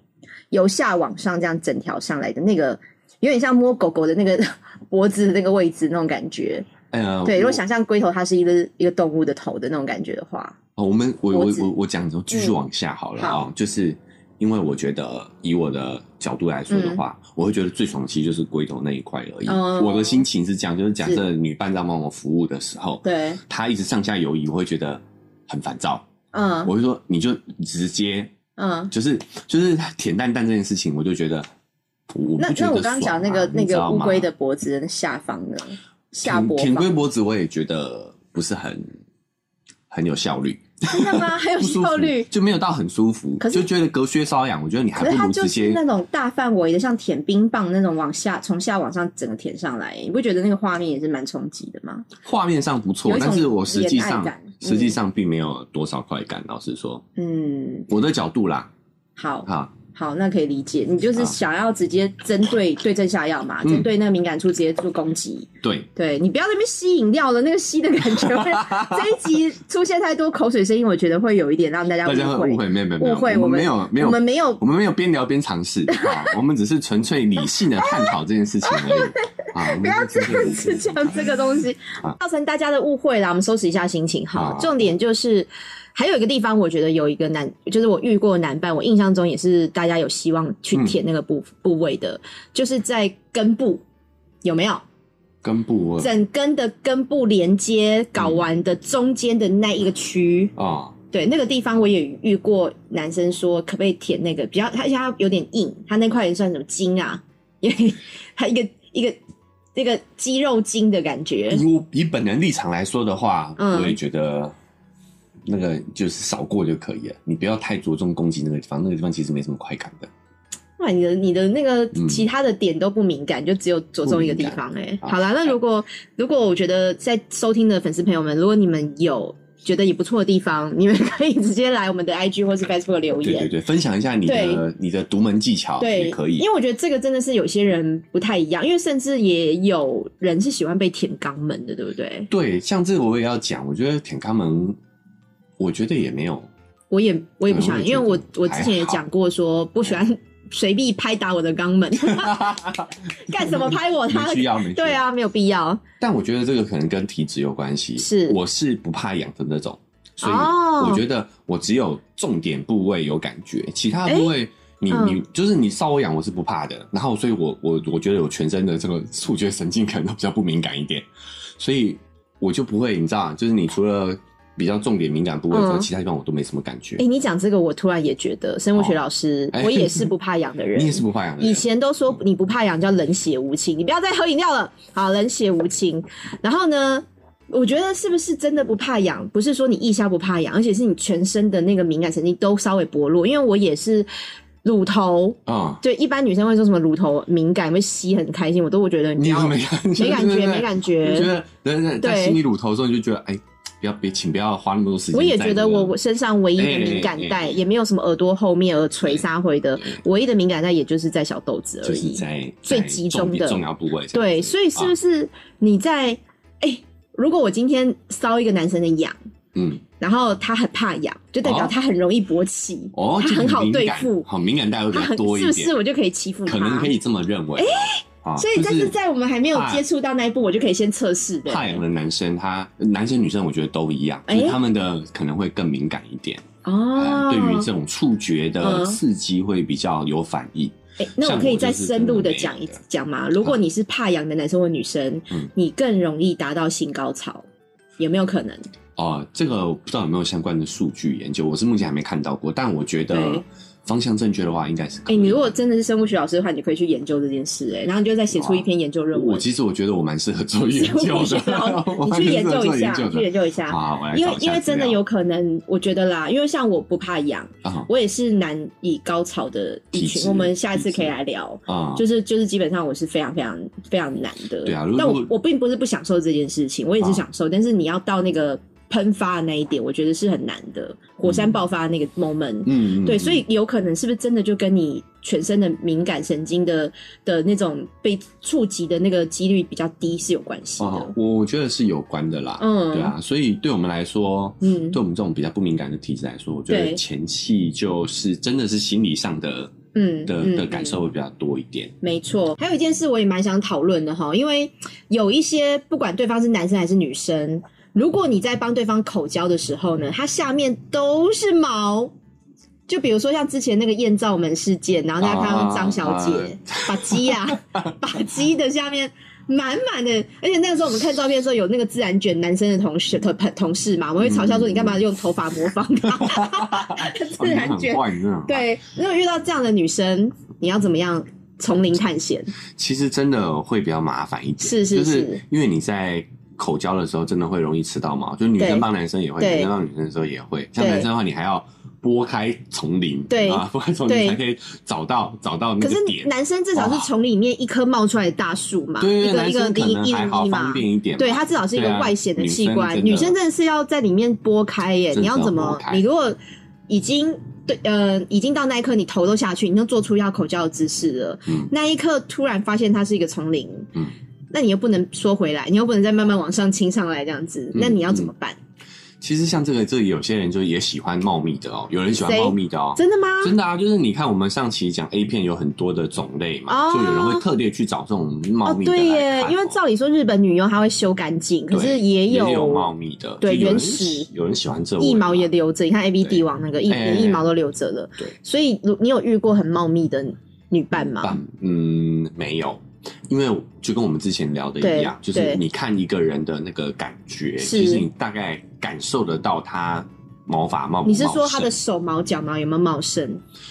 [SPEAKER 1] 由下往上这样整条上来的那个，有点像摸狗狗的那个 脖子的那个位置那种感觉。
[SPEAKER 2] 呃，
[SPEAKER 1] 对，如
[SPEAKER 2] 我
[SPEAKER 1] 果想象龟头它是一个一个动物的头的那种感觉的话，
[SPEAKER 2] 哦，我们我
[SPEAKER 1] 脖
[SPEAKER 2] 我
[SPEAKER 1] 子
[SPEAKER 2] 我我讲之后继续往下好了
[SPEAKER 1] 嗯
[SPEAKER 2] 啊、
[SPEAKER 1] 好
[SPEAKER 2] 就是因为我觉得以我的角度来说的话，我会觉得最爽其实就是龟头那一块而已。
[SPEAKER 1] 嗯哦
[SPEAKER 2] 我的心情是这样，就是假设女伴在帮我服务的时候，
[SPEAKER 1] 对，
[SPEAKER 2] 她一直上下游移，我会觉得很烦躁。
[SPEAKER 1] 嗯
[SPEAKER 2] 我会说，你就直接
[SPEAKER 1] 嗯。
[SPEAKER 2] 就是就是舔蛋蛋这件事情，我就觉得我我
[SPEAKER 1] 那
[SPEAKER 2] 不觉
[SPEAKER 1] 那
[SPEAKER 2] 得
[SPEAKER 1] 我刚刚
[SPEAKER 2] 爽啊
[SPEAKER 1] 讲那个那
[SPEAKER 2] 你知
[SPEAKER 1] 个
[SPEAKER 2] 道
[SPEAKER 1] 乌
[SPEAKER 2] 吗
[SPEAKER 1] 龟的脖子的下方的下
[SPEAKER 2] 舔
[SPEAKER 1] 脖
[SPEAKER 2] 舔龟
[SPEAKER 1] 方，
[SPEAKER 2] 脖子，我也觉得不是很很有效率。
[SPEAKER 1] 真的 吗？还有
[SPEAKER 2] 不舒服
[SPEAKER 1] 效率？
[SPEAKER 2] 就没有到很舒服，
[SPEAKER 1] 可是
[SPEAKER 2] 就觉得隔靴搔痒。我觉得你还
[SPEAKER 1] 可是
[SPEAKER 2] 不
[SPEAKER 1] 它
[SPEAKER 2] 如
[SPEAKER 1] 就
[SPEAKER 2] 直
[SPEAKER 1] 是
[SPEAKER 2] 接
[SPEAKER 1] 那种大范围的，像舔冰棒那种往下从下往上整个舔上来，你不觉得那个画面也是蛮冲击的吗？
[SPEAKER 2] 画面上不错
[SPEAKER 1] 有，一种
[SPEAKER 2] 但是我实际
[SPEAKER 1] 恋
[SPEAKER 2] 上
[SPEAKER 1] 爱感嗯
[SPEAKER 2] 实际上并没有多少快感。老实说，
[SPEAKER 1] 嗯，
[SPEAKER 2] 我的角度啦，
[SPEAKER 1] 好
[SPEAKER 2] 哈，
[SPEAKER 1] 好，那可以理解，你就是
[SPEAKER 2] 好
[SPEAKER 1] 想要直接针对对症下药嘛，
[SPEAKER 2] 嗯
[SPEAKER 1] 针对那个敏感处直接做攻击。
[SPEAKER 2] 对，
[SPEAKER 1] 对你不要在那边吸饮料了，那个吸的感觉 会这一集出现太多口水声音，我觉得会有一点让大家
[SPEAKER 2] 大家
[SPEAKER 1] 误
[SPEAKER 2] 会
[SPEAKER 1] 会。
[SPEAKER 2] 误会，没有没有没有，
[SPEAKER 1] 误会
[SPEAKER 2] 我们没
[SPEAKER 1] 我
[SPEAKER 2] 有没有
[SPEAKER 1] 我们没有
[SPEAKER 2] 我们没有边聊边 尝试啊，我们只是纯粹理性的探讨这件事情而已啊。不
[SPEAKER 1] 不要这 样子讲这个东西
[SPEAKER 2] 啊，
[SPEAKER 1] 造成大家的误会啦。我们收拾一下心情哈
[SPEAKER 2] 啊。
[SPEAKER 1] 重点就是还有一个地方，我觉得有一个男，就是我遇过的男伴，我印象中也是大家有希望去
[SPEAKER 2] 嗯
[SPEAKER 1] 舔那个部部位的，就是在根部有没有？
[SPEAKER 2] 嗯根部我
[SPEAKER 1] 整根的根部连接搞完的中间的那一个区，
[SPEAKER 2] 哦，
[SPEAKER 1] 对那个地方我也遇过男生说可不可以舔那个比较，他他有点硬，他那块也算什么筋啊，因为 他一个一个那个肌肉筋的感觉
[SPEAKER 2] 以。我以本人立场来说的话，
[SPEAKER 1] 嗯
[SPEAKER 2] 我也觉得那个就是少过就可以了，你不要太着重攻击那个地方，那个地方其实没什么快感的。
[SPEAKER 1] 哇，你的你的那个
[SPEAKER 2] 嗯
[SPEAKER 1] 其他的点都不敏感，就只有着重一个地方哎、
[SPEAKER 2] 好
[SPEAKER 1] 好啦，那如果如果我觉得在收听的粉丝朋友们，如果你们有觉得也不错的地方，你们可以直接来我们的 IG 或是 Facebook 留
[SPEAKER 2] 对对
[SPEAKER 1] 言。
[SPEAKER 2] 对，分享一下你的你的独门技巧
[SPEAKER 1] 对，
[SPEAKER 2] 也可以
[SPEAKER 1] 因。为我觉得这个真的是有些人不太一样，因为甚至也有人是喜欢被舔肛门的，对不对？
[SPEAKER 2] 对，像这个我也要讲，我觉得舔肛门，我觉得也没有，
[SPEAKER 1] 我也我也不
[SPEAKER 2] 对嗯我
[SPEAKER 1] 想，因
[SPEAKER 2] 也
[SPEAKER 1] 为
[SPEAKER 2] 觉得
[SPEAKER 1] 我我之前也
[SPEAKER 2] 还好哎
[SPEAKER 1] 讲过说不喜欢随便拍打我的肛 门， 干什么拍我 他的
[SPEAKER 2] 没需要，没需要。
[SPEAKER 1] 对，啊，没有必要。
[SPEAKER 2] 但我觉得这个可能跟体质有关系。
[SPEAKER 1] 是
[SPEAKER 2] 我是不怕痒的那种，所以
[SPEAKER 1] 哦
[SPEAKER 2] 我觉得我只有重点部位有感觉，其他部位你、
[SPEAKER 1] 嗯
[SPEAKER 2] 你就是你稍微痒我是不怕的。然后，所以我我我觉得我全身的这个触觉神经可能都比较不敏感一点，所以我就不会，你知道，就是你除了比较重点敏感部位之外，
[SPEAKER 1] 嗯
[SPEAKER 2] 其他地方我都没什么感觉
[SPEAKER 1] 哎、。你讲这个，我突然也觉得，生物学
[SPEAKER 2] 哦
[SPEAKER 1] 老师，
[SPEAKER 2] 哎
[SPEAKER 1] 我也是不怕痒的人。
[SPEAKER 2] 你也是不嗯怕痒的人，
[SPEAKER 1] 以前都说你不怕痒叫冷血无情，你不要再喝饮料了，好，冷血无情。然后呢，我觉得是不是真的不怕痒？不是说你腋下不怕痒，而且是你全身的那个敏感神经都稍微薄弱。因为我也是乳头，
[SPEAKER 2] 啊、
[SPEAKER 1] 对，一般女生会说什么乳头敏感会吸很开心，我都会觉得
[SPEAKER 2] 你
[SPEAKER 1] 不
[SPEAKER 2] 也
[SPEAKER 1] 要
[SPEAKER 2] 没感觉，
[SPEAKER 1] 哦没感
[SPEAKER 2] 对
[SPEAKER 1] 觉，
[SPEAKER 2] 不对
[SPEAKER 1] 没感
[SPEAKER 2] 你觉
[SPEAKER 1] 觉。
[SPEAKER 2] 得人人
[SPEAKER 1] 对
[SPEAKER 2] 在心里乳头的时候，你就觉得哎，不要别，请不要花那么多时间。
[SPEAKER 1] 我也觉得我我身上唯一的
[SPEAKER 2] 哎
[SPEAKER 1] 敏感
[SPEAKER 2] 哎
[SPEAKER 1] 带
[SPEAKER 2] 哎
[SPEAKER 1] 也没有什么耳朵后面、耳垂、沙回的
[SPEAKER 2] 对，
[SPEAKER 1] 唯一的敏感带也就是在小豆子而
[SPEAKER 2] 就是
[SPEAKER 1] 已。
[SPEAKER 2] 在
[SPEAKER 1] 最
[SPEAKER 2] 在
[SPEAKER 1] 集
[SPEAKER 2] 重
[SPEAKER 1] 中
[SPEAKER 2] 点
[SPEAKER 1] 的
[SPEAKER 2] 重要部位这样子。
[SPEAKER 1] 对，所以是不
[SPEAKER 2] 啊
[SPEAKER 1] 是你在哎、如果我今天搔一个男生的痒，
[SPEAKER 2] 嗯，
[SPEAKER 1] 然后他很怕痒，就代表
[SPEAKER 2] 哦
[SPEAKER 1] 他很容易勃起，
[SPEAKER 2] 哦，
[SPEAKER 1] 他
[SPEAKER 2] 这个
[SPEAKER 1] 很好
[SPEAKER 2] 敏
[SPEAKER 1] 对
[SPEAKER 2] 感
[SPEAKER 1] 付，
[SPEAKER 2] 好敏感带会比
[SPEAKER 1] 他
[SPEAKER 2] 较
[SPEAKER 1] 很
[SPEAKER 2] 多一
[SPEAKER 1] 是不
[SPEAKER 2] 点，
[SPEAKER 1] 是我就可以欺负他？
[SPEAKER 2] 可能可以这么认为。哎，
[SPEAKER 1] 所以
[SPEAKER 2] 就
[SPEAKER 1] 但是在我们还没有
[SPEAKER 2] 怕
[SPEAKER 1] 接触到那一步，我就可以先测试的。
[SPEAKER 2] 怕痒的男生，他男生女生我觉得都一样，
[SPEAKER 1] 哎
[SPEAKER 2] 就是他们的可能会更敏感一点，
[SPEAKER 1] 哦
[SPEAKER 2] 嗯，对于这种触觉
[SPEAKER 1] 嗯
[SPEAKER 2] 的刺激会比较有反应。
[SPEAKER 1] 哎，那
[SPEAKER 2] 像
[SPEAKER 1] 我可以
[SPEAKER 2] 我就
[SPEAKER 1] 再
[SPEAKER 2] 是
[SPEAKER 1] 深
[SPEAKER 2] 真的
[SPEAKER 1] 入的
[SPEAKER 2] 没
[SPEAKER 1] 讲一
[SPEAKER 2] 的
[SPEAKER 1] 讲吗？如果你是怕痒的男生或女生
[SPEAKER 2] 嗯，
[SPEAKER 1] 你更容易达到性高潮，有没有可能？哎
[SPEAKER 2] 哦，这个我不知道有没有相关的数据研究，我是目前还没看到过，但我觉
[SPEAKER 1] 对
[SPEAKER 2] 得方向正确的话，应该是可
[SPEAKER 1] 哎，
[SPEAKER 2] 以。
[SPEAKER 1] 你如果真的是生物学老师的话，你可以去研究这件事，哎，然后你就再写出一篇研究论
[SPEAKER 2] 我
[SPEAKER 1] 文。
[SPEAKER 2] 其实我觉得我蛮适 合做研
[SPEAKER 1] 生
[SPEAKER 2] 究
[SPEAKER 1] 物学
[SPEAKER 2] 的
[SPEAKER 1] 老，
[SPEAKER 2] 我
[SPEAKER 1] 你
[SPEAKER 2] 蛮
[SPEAKER 1] 去
[SPEAKER 2] 适
[SPEAKER 1] 研
[SPEAKER 2] 合
[SPEAKER 1] 究
[SPEAKER 2] 做
[SPEAKER 1] 一下，
[SPEAKER 2] 研究
[SPEAKER 1] 去
[SPEAKER 2] 的。
[SPEAKER 1] 研究一下。
[SPEAKER 2] 好，我来
[SPEAKER 1] 因为
[SPEAKER 2] 找一下
[SPEAKER 1] 因为真的
[SPEAKER 2] 资料
[SPEAKER 1] 有可能，我觉得啦，因为像我不怕痒，
[SPEAKER 2] 啊
[SPEAKER 1] 我也是难以高潮的一
[SPEAKER 2] 体
[SPEAKER 1] 群。
[SPEAKER 2] 质
[SPEAKER 1] 我们下一次
[SPEAKER 2] 体质
[SPEAKER 1] 可以来聊，
[SPEAKER 2] 啊，
[SPEAKER 1] 就是是就是基本上我是非常非常非常难的。
[SPEAKER 2] 对啊如
[SPEAKER 1] 但
[SPEAKER 2] 如
[SPEAKER 1] 我
[SPEAKER 2] 果
[SPEAKER 1] 我并不是不享受这件事情，我也是
[SPEAKER 2] 啊
[SPEAKER 1] 享受，但是你要到那个喷发的那一点，我觉得是很难的。火山爆发的那个 moment，、
[SPEAKER 2] 嗯嗯，嗯
[SPEAKER 1] 对，
[SPEAKER 2] 嗯
[SPEAKER 1] 所以有可能是不是真的就跟你全身的敏感神经的的那种被触及的那个几率比较低是有关系的。
[SPEAKER 2] 哦，我我觉得是有关的啦，
[SPEAKER 1] 嗯
[SPEAKER 2] 对啊，所以对我们来说，
[SPEAKER 1] 嗯
[SPEAKER 2] 对我们这种比较不敏感的体质来说，我觉
[SPEAKER 1] 对
[SPEAKER 2] 得前期就是真的是心理上的
[SPEAKER 1] 嗯
[SPEAKER 2] 的
[SPEAKER 1] 嗯
[SPEAKER 2] 的感受会比较多一点，
[SPEAKER 1] 没错，还有一件事我也蛮想讨论的哈，因为有一些不管对方是男生还是女生，如果你在帮对方口交的时候呢，它下面都是毛。就比如说像之前那个艳照门事件，然后大家看到张小姐、 把鸡呀、把鸡的下面满满的，而且那个时候我们看照片的时候有那个自然卷男生的同事同同事嘛，我们会嘲笑说你干嘛用头发模仿他？ 自然
[SPEAKER 2] 哦你
[SPEAKER 1] 卷
[SPEAKER 2] 很坏，你真的很坏。
[SPEAKER 1] 对，如果遇到这样的女生，你要怎么样从零探险？
[SPEAKER 2] 其实真的会比较麻烦一点，
[SPEAKER 1] 是是
[SPEAKER 2] 就是是因为你在口交的时候真的会容易吃到毛，就女
[SPEAKER 1] 对
[SPEAKER 2] 生帮男生也会，
[SPEAKER 1] 对
[SPEAKER 2] 男生帮女生的时候也会，像
[SPEAKER 1] 对
[SPEAKER 2] 男生的话你还要拨开丛林，
[SPEAKER 1] 对
[SPEAKER 2] 啊，拨开丛
[SPEAKER 1] 对
[SPEAKER 2] 林才可以找到找到那
[SPEAKER 1] 可
[SPEAKER 2] 个
[SPEAKER 1] 是
[SPEAKER 2] 点。
[SPEAKER 1] 男生至少是从里面一棵冒出来的大树嘛，
[SPEAKER 2] 对对对，男
[SPEAKER 1] 一个
[SPEAKER 2] 生
[SPEAKER 1] 一个
[SPEAKER 2] 可
[SPEAKER 1] 一
[SPEAKER 2] 能
[SPEAKER 1] 一
[SPEAKER 2] 还
[SPEAKER 1] 零
[SPEAKER 2] 好
[SPEAKER 1] 一
[SPEAKER 2] 方
[SPEAKER 1] 嘛，
[SPEAKER 2] 便一点嘛，
[SPEAKER 1] 对，它至少是一个
[SPEAKER 2] 对啊
[SPEAKER 1] 外显的器官。
[SPEAKER 2] 女
[SPEAKER 1] 女
[SPEAKER 2] 生
[SPEAKER 1] 生
[SPEAKER 2] 真的
[SPEAKER 1] 真的是要在里面拨开耶，
[SPEAKER 2] 真
[SPEAKER 1] 你
[SPEAKER 2] 的
[SPEAKER 1] 要怎么
[SPEAKER 2] 拨？开
[SPEAKER 1] 你如果已经对呃已经到那一刻，你头都下去，你就做出要口交的姿势了，
[SPEAKER 2] 嗯
[SPEAKER 1] 那一刻突然发现它是一个丛林，
[SPEAKER 2] 嗯
[SPEAKER 1] 那你又不能缩回来，你又不能再慢慢往上亲上来这样
[SPEAKER 2] 嗯
[SPEAKER 1] 子，那你要怎么办？
[SPEAKER 2] 其实像这个，这里有些人就也喜欢茂密的哦，有人喜欢
[SPEAKER 1] 谁
[SPEAKER 2] 茂密的哦。
[SPEAKER 1] 真的吗？
[SPEAKER 2] 真的啊，就是你看我们上期讲 A 片有很多的种类嘛，
[SPEAKER 1] 哦
[SPEAKER 2] 就有人会特地去找这种茂
[SPEAKER 1] 哦，
[SPEAKER 2] 密的来
[SPEAKER 1] 对
[SPEAKER 2] 看哦、
[SPEAKER 1] 耶，因为照理说日本女优她会修干净，可是
[SPEAKER 2] 对
[SPEAKER 1] 也
[SPEAKER 2] 也
[SPEAKER 1] 有
[SPEAKER 2] 茂密的，
[SPEAKER 1] 对
[SPEAKER 2] 就有人
[SPEAKER 1] 原始
[SPEAKER 2] 喜有人喜欢这
[SPEAKER 1] 一
[SPEAKER 2] 味
[SPEAKER 1] 毛
[SPEAKER 2] 嘛
[SPEAKER 1] 也留着，你看 A B 帝王那个一
[SPEAKER 2] 哎
[SPEAKER 1] 连一毛都留着了。
[SPEAKER 2] 对，
[SPEAKER 1] 所以如你有遇过很茂密的女伴吗？
[SPEAKER 2] 但嗯没有，因为就跟我们之前聊的一样，
[SPEAKER 1] 对
[SPEAKER 2] 就是
[SPEAKER 1] 对
[SPEAKER 2] 你看一个人的那个感觉，
[SPEAKER 1] 是
[SPEAKER 2] 其实你大概感受得到他毛发冒不
[SPEAKER 1] 你是
[SPEAKER 2] 茂
[SPEAKER 1] 说他的
[SPEAKER 2] 盛
[SPEAKER 1] 手毛、脚毛有没有茂盛？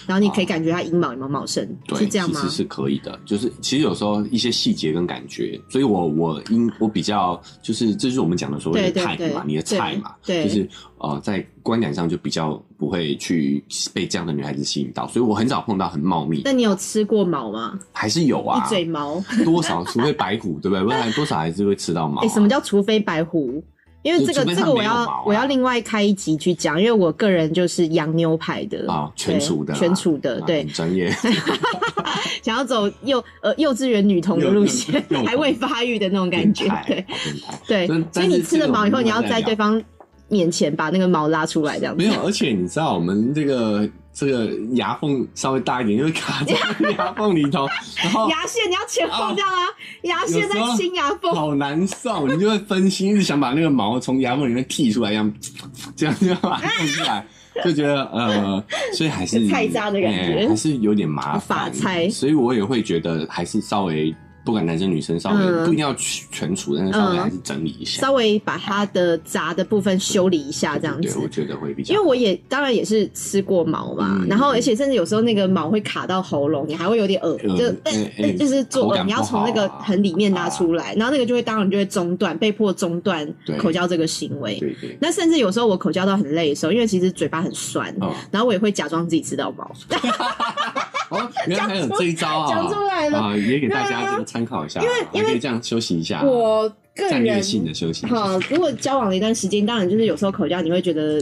[SPEAKER 1] 然后你可以感觉他阴毛有没有茂盛？
[SPEAKER 2] 啊对
[SPEAKER 1] 是这样吗
[SPEAKER 2] 其？实是可以的，就是其实有时候一些细节跟感觉，所以我我因我比较就是这就是我们讲的所谓
[SPEAKER 1] 对
[SPEAKER 2] 的
[SPEAKER 1] 对
[SPEAKER 2] 态
[SPEAKER 1] 对
[SPEAKER 2] 嘛，你的菜嘛，
[SPEAKER 1] 对对
[SPEAKER 2] 就是呃在观感上就比较不会去被这样的女孩子吸引到，所以我很少碰到很茂密，
[SPEAKER 1] 那你有吃过毛吗？
[SPEAKER 2] 还是有啊
[SPEAKER 1] 一，嘴毛？
[SPEAKER 2] 多少除非白骨对 不对？不然多少还是会吃到毛啊、
[SPEAKER 1] 哎、什么叫除非白狐？因为
[SPEAKER 2] 就
[SPEAKER 1] 这个
[SPEAKER 2] 除非
[SPEAKER 1] 这
[SPEAKER 2] 它
[SPEAKER 1] 个我
[SPEAKER 2] 没有
[SPEAKER 1] 要、
[SPEAKER 2] 毛啊
[SPEAKER 1] 我要另外开一集去讲，因为我个人就是洋妞派的
[SPEAKER 2] 啊全熟的啦
[SPEAKER 1] 对全属的，
[SPEAKER 2] 啊
[SPEAKER 1] 对
[SPEAKER 2] 很，专业。
[SPEAKER 1] 想要走幼呃幼稚园女童的路线
[SPEAKER 2] 幼幼幼，童
[SPEAKER 1] 还未发育的那种 感觉
[SPEAKER 2] 变态，
[SPEAKER 1] 对，对。
[SPEAKER 2] 变态但
[SPEAKER 1] 所
[SPEAKER 2] 但
[SPEAKER 1] 以
[SPEAKER 2] 是
[SPEAKER 1] 你吃了毛以后，你
[SPEAKER 2] 这个我
[SPEAKER 1] 要
[SPEAKER 2] 们
[SPEAKER 1] 在对方面前把那个毛拉出来，这样子
[SPEAKER 2] 没。有，而且你知道我们这个这个牙缝稍微大一点，就会卡在 牙缝里头，然后
[SPEAKER 1] 牙线你要前后这样啊，牙线在清牙 缝，
[SPEAKER 2] 好难受，你就会分心，一直想把那个毛从牙缝里面剔出来，一样这样这样把它弄出来。就觉得呃，所以还是
[SPEAKER 1] 菜渣的感觉
[SPEAKER 2] 哎还是有点麻
[SPEAKER 1] 法
[SPEAKER 2] 烦。
[SPEAKER 1] 菜
[SPEAKER 2] 所以我也会觉得还是稍微，不管男生女生，稍微、
[SPEAKER 1] 嗯
[SPEAKER 2] 不一定要去全除，但是稍微
[SPEAKER 1] 嗯
[SPEAKER 2] 还是整理一下。
[SPEAKER 1] 稍微把它的杂的部分修理一下，这样
[SPEAKER 2] 对，我
[SPEAKER 1] 子。
[SPEAKER 2] 觉得会比较
[SPEAKER 1] 因为我也当然也是吃过毛嘛，
[SPEAKER 2] 嗯
[SPEAKER 1] 然后而且甚至有时候那个毛会卡到喉咙，你还会有点恶，
[SPEAKER 2] 呃
[SPEAKER 1] 就、
[SPEAKER 2] 哎哎
[SPEAKER 1] 就是
[SPEAKER 2] 口
[SPEAKER 1] 做
[SPEAKER 2] 感
[SPEAKER 1] 你要
[SPEAKER 2] 不好
[SPEAKER 1] 从
[SPEAKER 2] 啊
[SPEAKER 1] 那个很里面拉出来，然后那个就会当然就会中断，被迫中断
[SPEAKER 2] 对
[SPEAKER 1] 口交这个行为。
[SPEAKER 2] 对对。
[SPEAKER 1] 那甚至有时候我口交到很累的时候，因为其实嘴巴很酸，
[SPEAKER 2] 哦啊
[SPEAKER 1] 然后我也会假装自己吃到毛。
[SPEAKER 2] 哦， 原来还有这一招啊！
[SPEAKER 1] 讲出来了
[SPEAKER 2] 啊，也给大家这个参考一下，因为
[SPEAKER 1] 因为
[SPEAKER 2] 可以这样休息一下， 啊
[SPEAKER 1] 我个
[SPEAKER 2] 战略
[SPEAKER 1] 人
[SPEAKER 2] 性的休息一下。
[SPEAKER 1] 好，如果交往了一段时间，当然就是有时候口交你会觉得，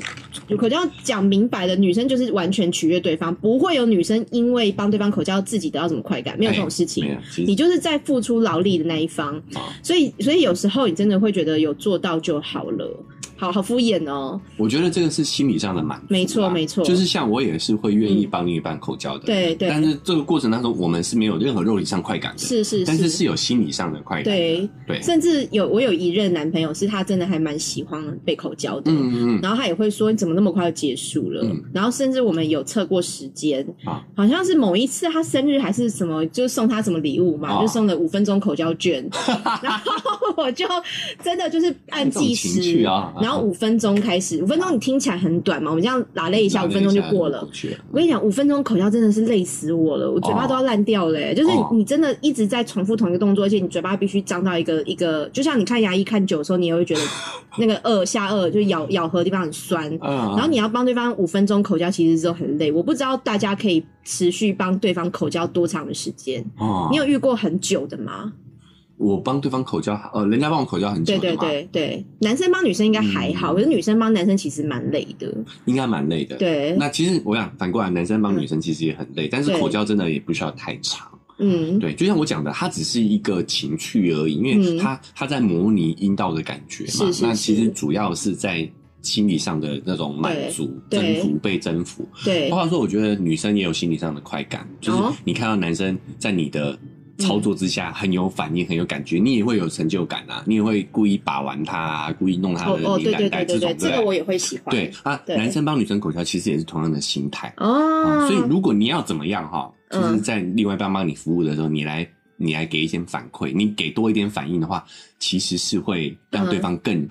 [SPEAKER 1] 口交讲明白的，女生就是完全取悦对方，不会有女生因为帮对方口交自己得到什么快感，没有这种事情。
[SPEAKER 2] 哎没有，其
[SPEAKER 1] 你
[SPEAKER 2] 实
[SPEAKER 1] 就是在付出劳力的那一方，
[SPEAKER 2] 啊
[SPEAKER 1] 所以所以有时候你真的会觉得有做到就好了，好好敷衍哦。
[SPEAKER 2] 我觉得这个是心理上的满足啊，
[SPEAKER 1] 没错没错嗯
[SPEAKER 2] 就是像我也是会愿意帮另一半口交的，
[SPEAKER 1] 对对
[SPEAKER 2] 但是这个过程当中，我们是没有任何肉体上快感的，
[SPEAKER 1] 是是
[SPEAKER 2] 但
[SPEAKER 1] 是
[SPEAKER 2] 是是哎有心理上的快感的，
[SPEAKER 1] 对，
[SPEAKER 2] 对，
[SPEAKER 1] 甚至有我有一任男朋友是他真的还蛮喜欢被口交的，
[SPEAKER 2] 嗯嗯嗯，
[SPEAKER 1] 然后他也会说你怎么那么快就结束了？
[SPEAKER 2] 嗯
[SPEAKER 1] 然后甚至我们有测过时间，
[SPEAKER 2] 啊
[SPEAKER 1] 好像是某一次他生日还是什么，就送他什么礼物嘛，
[SPEAKER 2] 啊
[SPEAKER 1] 就送了五分钟口交 卷，然后我就真的就是按计
[SPEAKER 2] 这种情趣
[SPEAKER 1] 时，
[SPEAKER 2] 啊
[SPEAKER 1] 然后五分钟开始，五分钟你听起来很短嘛，我们这样拉了一下，五分钟就过了。
[SPEAKER 2] 过去了，
[SPEAKER 1] 我跟你讲，五分钟口交真的是累死我了，我嘴巴
[SPEAKER 2] 哦
[SPEAKER 1] 都要烂掉了、欸就是
[SPEAKER 2] 哦
[SPEAKER 1] 你真的一直在重复同一个动作，而且你嘴巴必须张到一个一个，就像你看牙医看久的时候，你也会 觉得那个颚下颚就咬咬合的地方很酸。
[SPEAKER 2] 嗯，
[SPEAKER 1] 然后你要帮对方五分钟口交，其实都很累。我不知道大家可以持续帮对方口交多长的时间？
[SPEAKER 2] 哦
[SPEAKER 1] 你有遇过很久的吗？
[SPEAKER 2] 我帮对方口交，呃，人家帮我口交很久
[SPEAKER 1] 对对
[SPEAKER 2] 的嘛
[SPEAKER 1] 对对，男生帮女生应该还好，
[SPEAKER 2] 嗯
[SPEAKER 1] 可是女生帮男生其实蛮累的。
[SPEAKER 2] 应该蛮累的，
[SPEAKER 1] 对，
[SPEAKER 2] 那其实我想反过来，男生帮女生其实也很累，但是口交真的也不需要太长。
[SPEAKER 1] 嗯，
[SPEAKER 2] 对，就像我讲的，它只是一个情趣而已，因为
[SPEAKER 1] 嗯
[SPEAKER 2] 它、它在模拟阴道的感觉嘛。
[SPEAKER 1] 是是
[SPEAKER 2] 那其实
[SPEAKER 1] 是
[SPEAKER 2] 主要是在心理上的那种满足、
[SPEAKER 1] 对
[SPEAKER 2] 征
[SPEAKER 1] 对
[SPEAKER 2] 服、被征服。
[SPEAKER 1] 对
[SPEAKER 2] 包，括说，我觉得女生也有心理上的快感，就是
[SPEAKER 1] 哦嗯
[SPEAKER 2] 你看到男生在你的。操作之下很有反应，很有感觉，你也会有成就感啊！你也会故意把玩他、啊，故意弄他
[SPEAKER 1] 哦
[SPEAKER 2] 的
[SPEAKER 1] 哦，
[SPEAKER 2] 敏
[SPEAKER 1] 对对
[SPEAKER 2] 感带，
[SPEAKER 1] 对对
[SPEAKER 2] 种
[SPEAKER 1] 对，
[SPEAKER 2] 对
[SPEAKER 1] 这
[SPEAKER 2] 不
[SPEAKER 1] 个
[SPEAKER 2] 对
[SPEAKER 1] 我也会喜欢。
[SPEAKER 2] 对啊，
[SPEAKER 1] 对
[SPEAKER 2] 男生帮女生口交其实也是同样的心态。
[SPEAKER 1] 哦
[SPEAKER 2] 啊，所以如果你要怎么样哈，就
[SPEAKER 1] 嗯
[SPEAKER 2] 是在另外一半帮你服务的时候，你来你来给一些反馈，你给多一点反应的话，其实是会让对方更、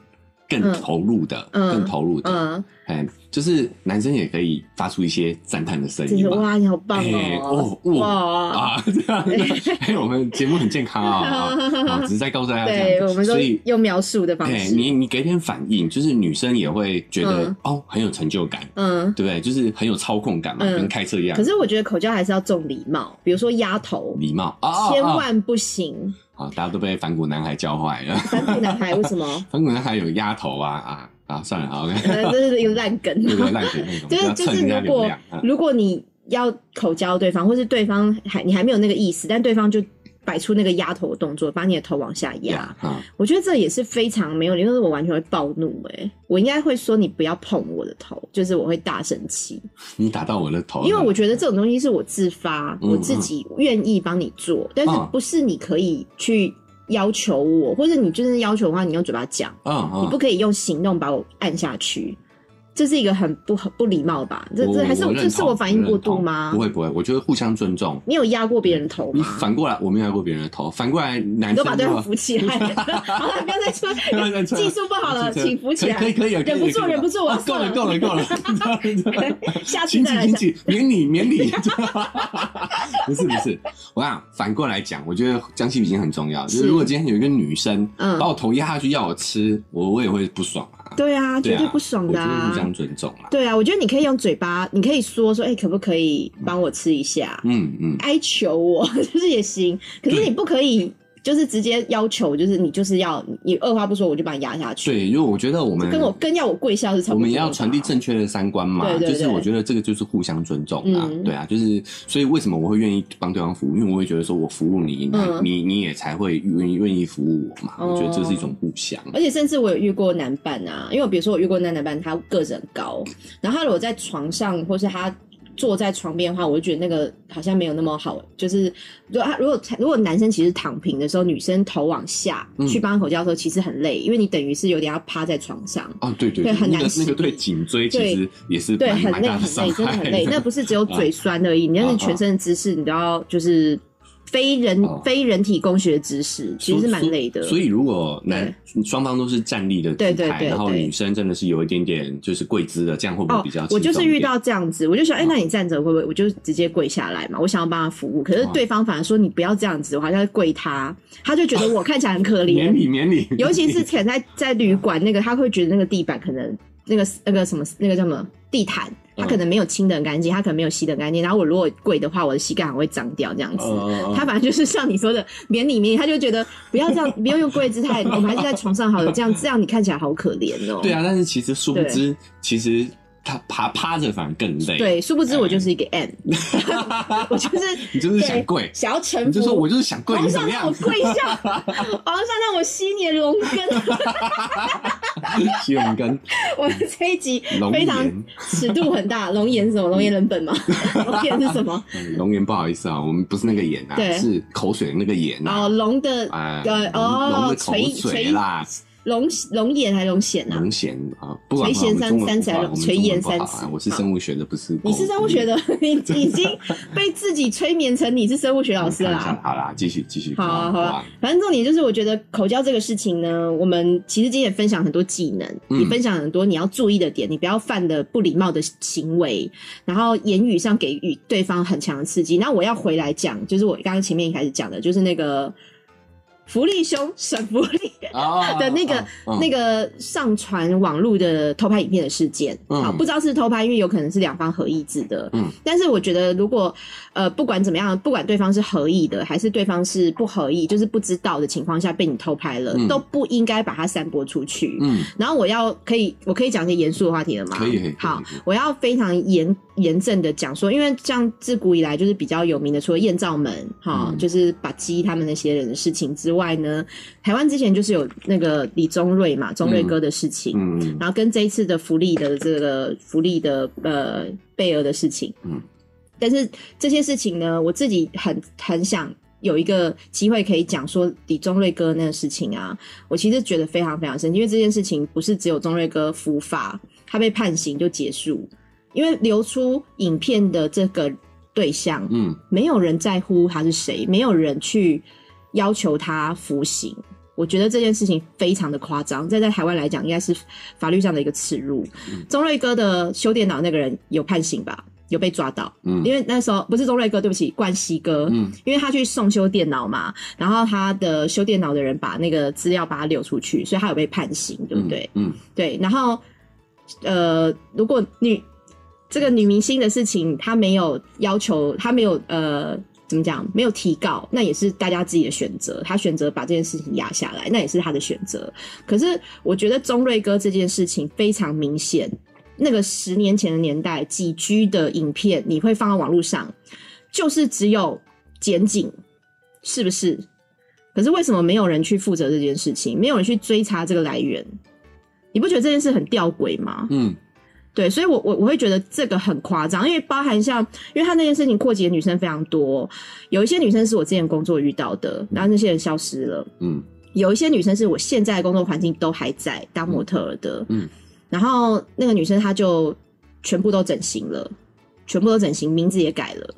[SPEAKER 2] 更投入的，
[SPEAKER 1] 嗯
[SPEAKER 2] 更投入的。
[SPEAKER 1] 嗯，
[SPEAKER 2] 哎、就是男生也可以发出一些赞叹的声
[SPEAKER 1] 真
[SPEAKER 2] 音
[SPEAKER 1] 是
[SPEAKER 2] 嘛。
[SPEAKER 1] 哇，你好棒
[SPEAKER 2] 哎
[SPEAKER 1] 哦！
[SPEAKER 2] 哦哇
[SPEAKER 1] 哇，
[SPEAKER 2] 啊， 这样子，哎，我们节目很健 康啊、啊，啊只是在告诉大家这
[SPEAKER 1] 对，
[SPEAKER 2] 样
[SPEAKER 1] 我
[SPEAKER 2] 子，
[SPEAKER 1] 们都
[SPEAKER 2] 所以
[SPEAKER 1] 用描述的方
[SPEAKER 2] 哎，
[SPEAKER 1] 式。
[SPEAKER 2] 你你给点反应，就是女生也会觉得、
[SPEAKER 1] 嗯
[SPEAKER 2] 哦很有成就感，
[SPEAKER 1] 嗯，
[SPEAKER 2] 对不对？就是很有操控感嘛，
[SPEAKER 1] 嗯
[SPEAKER 2] 跟开车一样
[SPEAKER 1] 可，是我觉得口交还是要重礼貌，比如说压头，
[SPEAKER 2] 礼貌啊啊，啊
[SPEAKER 1] 千万不行。
[SPEAKER 2] 啊，大家都被反骨男孩教坏了。
[SPEAKER 1] 反骨男孩为什么？
[SPEAKER 2] 反骨男孩有丫头啊啊啊！算了，好，
[SPEAKER 1] 呃，这是一个烂梗。
[SPEAKER 2] 那个烂梗那种，
[SPEAKER 1] 就
[SPEAKER 2] 不
[SPEAKER 1] 是
[SPEAKER 2] 要
[SPEAKER 1] 就
[SPEAKER 2] 蹭
[SPEAKER 1] 是，
[SPEAKER 2] 人家
[SPEAKER 1] 如
[SPEAKER 2] 流
[SPEAKER 1] 果
[SPEAKER 2] 量啊。
[SPEAKER 1] 如果你要口交对方，或是对方还你还没有那个意思，但对方就摆出那个压头的动作，把你的头往下压，
[SPEAKER 2] 啊，
[SPEAKER 1] 我觉得这也是非常没有理，因为我完全会暴怒哎、我应该会说你不要碰我的头，就是我会大生气，
[SPEAKER 2] 你打到我的头了，
[SPEAKER 1] 因为我觉得这种东西是我自发，
[SPEAKER 2] 哦嗯
[SPEAKER 1] 我自己愿意帮你做，但是
[SPEAKER 2] 嗯
[SPEAKER 1] 不是你可以去要求我，或者你就是要求的话，你用嘴巴讲，
[SPEAKER 2] 嗯
[SPEAKER 1] 你
[SPEAKER 2] 嗯
[SPEAKER 1] 不可以用行动把我按下去。这是一个很不不礼貌吧？这
[SPEAKER 2] 我
[SPEAKER 1] 这还是
[SPEAKER 2] 我认
[SPEAKER 1] 这是
[SPEAKER 2] 同
[SPEAKER 1] 我反应过度
[SPEAKER 2] 认同
[SPEAKER 1] 吗
[SPEAKER 2] 不？会不会，我觉得互相尊重。
[SPEAKER 1] 你有压过别人的头
[SPEAKER 2] 你
[SPEAKER 1] 吗？
[SPEAKER 2] 反过来，我没有压过别人的头，反过来男
[SPEAKER 1] 你都
[SPEAKER 2] 生
[SPEAKER 1] 把对
[SPEAKER 2] 如
[SPEAKER 1] 方
[SPEAKER 2] 果
[SPEAKER 1] 扶起来， 好了，不要再说
[SPEAKER 2] 不要再扯了
[SPEAKER 1] 技术不好 了，
[SPEAKER 2] 这
[SPEAKER 1] 请扶起来
[SPEAKER 2] 可以。可以，可以
[SPEAKER 1] 忍不住
[SPEAKER 2] 可以
[SPEAKER 1] 忍不住我要
[SPEAKER 2] 啊够了
[SPEAKER 1] 算
[SPEAKER 2] 够
[SPEAKER 1] 了
[SPEAKER 2] 了够了，
[SPEAKER 1] 下次
[SPEAKER 2] 请
[SPEAKER 1] 再
[SPEAKER 2] 起
[SPEAKER 1] 来
[SPEAKER 2] 请
[SPEAKER 1] 讲。
[SPEAKER 2] 起，免礼免礼。 不是不是，我想反过来讲，我觉得将心比心很重要。就是是如果今天有一个女生
[SPEAKER 1] 嗯
[SPEAKER 2] 把我头压下去要我吃，我我也会不爽啊。
[SPEAKER 1] 对啊，绝
[SPEAKER 2] 啊
[SPEAKER 1] 对不爽
[SPEAKER 2] 我
[SPEAKER 1] 的
[SPEAKER 2] 觉得
[SPEAKER 1] 啊
[SPEAKER 2] 互！相尊重啊。
[SPEAKER 1] 对啊，我觉得你可以用嘴巴，你可以说说，哎、可不可以帮我吃一下？
[SPEAKER 2] 嗯嗯，
[SPEAKER 1] 哀求我， 就是也行。可是
[SPEAKER 2] 对
[SPEAKER 1] 你不可以，就是直接要求，就是你就是要你二话不说我就把你压下去，
[SPEAKER 2] 对，因为我觉得我们
[SPEAKER 1] 跟我跟要我跪下是差
[SPEAKER 2] 我
[SPEAKER 1] 不多的吧。啊
[SPEAKER 2] 们也要传递正确的三观嘛，
[SPEAKER 1] 对对
[SPEAKER 2] 就是
[SPEAKER 1] 对
[SPEAKER 2] 我觉得这个就是互相尊重啊，
[SPEAKER 1] 嗯
[SPEAKER 2] 对啊，就是所以为什么我会愿意帮对方服务，因为我会觉得说我服务你，
[SPEAKER 1] 嗯
[SPEAKER 2] 你你也才会愿意愿意服务我嘛，
[SPEAKER 1] 哦
[SPEAKER 2] 我觉得这是一种互相。
[SPEAKER 1] 而且甚至我有遇过男伴啊，因为我比如说我遇过男男伴，他个子很高，然后他如果在床上或是他坐在床边的话，我就觉得那个好像没有那么好，就是如果他如果如果男生其实躺平的时候，女生头往下
[SPEAKER 2] 嗯
[SPEAKER 1] 去帮他口交的时候，其实很累，因为你等于是有点要趴在床上。
[SPEAKER 2] 哦，对对
[SPEAKER 1] 对很难
[SPEAKER 2] 那个那
[SPEAKER 1] 洗
[SPEAKER 2] 个对颈椎其
[SPEAKER 1] 对
[SPEAKER 2] 实也是
[SPEAKER 1] 对，
[SPEAKER 2] 蛮
[SPEAKER 1] 很
[SPEAKER 2] 蛮
[SPEAKER 1] 累，
[SPEAKER 2] 大的
[SPEAKER 1] 很
[SPEAKER 2] 伤
[SPEAKER 1] 累，真的
[SPEAKER 2] 害
[SPEAKER 1] 很 累。那不是只有嘴酸而已，
[SPEAKER 2] 啊
[SPEAKER 1] 你那是全身的姿势，你都要就是非人
[SPEAKER 2] 啊
[SPEAKER 1] 非人体工学的知识，其实是蛮
[SPEAKER 2] 所
[SPEAKER 1] 累的。
[SPEAKER 2] 所以如果男双方都是站立的姿
[SPEAKER 1] 对
[SPEAKER 2] 态，
[SPEAKER 1] 对对
[SPEAKER 2] 然后
[SPEAKER 1] 对
[SPEAKER 2] 女生真的是有一点点就是跪姿的，这样会不会
[SPEAKER 1] 哦
[SPEAKER 2] 比较、，
[SPEAKER 1] 我就是遇。到这样子，我就想，哎、
[SPEAKER 2] 嗯
[SPEAKER 1] 那你站着会不会？我就直接跪下来嘛，我想要帮他服务。可是
[SPEAKER 2] 哦
[SPEAKER 1] 对方反而说你不要这样子，我好像在跪他，他就觉得我看起来很可
[SPEAKER 2] 免
[SPEAKER 1] 怜。
[SPEAKER 2] 礼免礼，
[SPEAKER 1] 尤其 是可能在在旅馆那个，他会觉得那个地板可能那个那个什么那个叫什么地毯，他
[SPEAKER 2] 嗯
[SPEAKER 1] 可能没有清的很干净，他可能没有洗的干净。然后我如果跪的话，我的膝盖还会脏掉这样子。
[SPEAKER 2] 呃
[SPEAKER 1] 他反正就是像你说的，免你免你，他就觉得不要这样，不要用跪姿态，我们还是在床上好了。这样这样你看起来好可怜哦。
[SPEAKER 2] 对啊，但是其实殊不知，其实他趴趴着反而更累。，
[SPEAKER 1] 对，殊不知我就是一个 M，我 就是
[SPEAKER 2] 嗯你就是想跪
[SPEAKER 1] 对，想要臣服，
[SPEAKER 2] 你就说我就是想跪，
[SPEAKER 1] 皇
[SPEAKER 2] 你怎
[SPEAKER 1] 上
[SPEAKER 2] 么
[SPEAKER 1] 让我
[SPEAKER 2] 样？
[SPEAKER 1] 跪 下，皇上让我吸你的龙根。
[SPEAKER 2] 希望跟
[SPEAKER 1] 我们这一集
[SPEAKER 2] 龙
[SPEAKER 1] 非常
[SPEAKER 2] 岩，
[SPEAKER 1] 尺度很大，龙岩是什么？龙岩人 本吗？龙岩是什么？
[SPEAKER 2] 嗯龙岩不好意思啊，我们不是那个眼啊
[SPEAKER 1] 对，
[SPEAKER 2] 是口水的那个眼
[SPEAKER 1] 哦，
[SPEAKER 2] 啊。
[SPEAKER 1] 龙的
[SPEAKER 2] 哎
[SPEAKER 1] 呃哦
[SPEAKER 2] 龙的口水啦，
[SPEAKER 1] 龙龙眼还是龙涎啊？
[SPEAKER 2] 龙涎啊，不管
[SPEAKER 1] 垂涎
[SPEAKER 2] 我们中文
[SPEAKER 1] 三
[SPEAKER 2] 不好
[SPEAKER 1] 三
[SPEAKER 2] 我们
[SPEAKER 1] 垂
[SPEAKER 2] 中
[SPEAKER 1] 涎
[SPEAKER 2] 文不好
[SPEAKER 1] 三
[SPEAKER 2] 啊
[SPEAKER 1] 尺
[SPEAKER 2] 我是
[SPEAKER 1] 好
[SPEAKER 2] 生物学的，不是嗯
[SPEAKER 1] 你是生物学
[SPEAKER 2] 的。
[SPEAKER 1] 的，你已经被自己催眠成你是生物学老师
[SPEAKER 2] 开
[SPEAKER 1] 了
[SPEAKER 2] 玩笑
[SPEAKER 1] 啊。
[SPEAKER 2] 好啦，继续继续。
[SPEAKER 1] 好啊，
[SPEAKER 2] 啊
[SPEAKER 1] 好啊，反正重点就是，我觉得口交这个事情呢，我们其实今天也分享很多技能，
[SPEAKER 2] 嗯
[SPEAKER 1] 也分享很多你要注意的点，你不要犯的不礼貌的行为，然后言语上给予对方很强的刺激。那我要回来讲，就是我刚刚前面一开始讲的，就是那个福利兄沈福利。
[SPEAKER 2] 啊
[SPEAKER 1] 的那个、那
[SPEAKER 2] 个
[SPEAKER 1] 个上传网络的偷拍影片的事件，
[SPEAKER 2] 嗯
[SPEAKER 1] 好，不知道是偷拍，因为有可能是两方合意制的，
[SPEAKER 2] 嗯，
[SPEAKER 1] 但是我觉得如果呃不管怎么样，不管对方是合意的还是对方是不合意，就是不知道的情况下被你偷拍了，
[SPEAKER 2] 嗯
[SPEAKER 1] 都不应该把它散播出去。
[SPEAKER 2] 嗯
[SPEAKER 1] 然后我要可以，我可以讲一些严肃的话题了吗？
[SPEAKER 2] 可以可以可以
[SPEAKER 1] 好
[SPEAKER 2] 可以，
[SPEAKER 1] 我要非常严严正的讲说，因为像自古以来就是比较有名的，除了艳照门哈，
[SPEAKER 2] 嗯
[SPEAKER 1] 就是把鸡他们那些人的事情之外呢，台湾之前就是有那个李宗瑞嘛，宗瑞哥的事情。
[SPEAKER 2] 嗯
[SPEAKER 1] 然后跟这一次的福利的这个福利的呃贝尔的事情，
[SPEAKER 2] 嗯，
[SPEAKER 1] 但是这些事情呢，我自己很很想有一个机会可以讲说李宗瑞哥那个事情啊，我其实觉得非常非常生气，因为这件事情不是只有宗瑞哥伏法，他被判刑就结束，因为流出影片的这个对象，
[SPEAKER 2] 嗯
[SPEAKER 1] 没有人在乎他是谁，没有人去要求他服刑。我觉得这件事情非常的夸张，这在台湾来讲应该是法律上的一个耻辱。
[SPEAKER 2] 嗯
[SPEAKER 1] 宗瑞哥的修电脑那个人有判刑吧？有被抓到，
[SPEAKER 2] 嗯
[SPEAKER 1] 因为那时候不是宗瑞哥，对不起，冠希哥，
[SPEAKER 2] 嗯
[SPEAKER 1] 因为他去送修电脑嘛，然后他的修电脑的人把那个资料把他流出去，所以他有被判刑，对不对？？
[SPEAKER 2] 嗯
[SPEAKER 1] 对，然后呃，如果女这个女明星的事情，她没有要求，她没有呃。怎么讲？没有提告，那也是大家自己的选择。她选择把这件事情压下来，那也是她的选择。可是我觉得宗瑞哥这件事情非常明显，那个十年前的年代，几 G 的影片你会放在网络上，就是只有检警，是不是？可是为什么没有人去负责这件事情？没有人去追查这个来源？你不觉得这件事很吊诡吗？
[SPEAKER 2] 嗯
[SPEAKER 1] 对，所以我我我会觉得这个很夸张，因为包含像，因为他那件事情扩及的女生非常多，有一些女生是我之前工作遇到的，然后那些人消失了。
[SPEAKER 2] 嗯
[SPEAKER 1] 有一些女生是我现在的工作环境都还在当模特儿的，
[SPEAKER 2] 嗯，
[SPEAKER 1] 然后那个女生她就全部都整形了，全部都整形，名字也改了，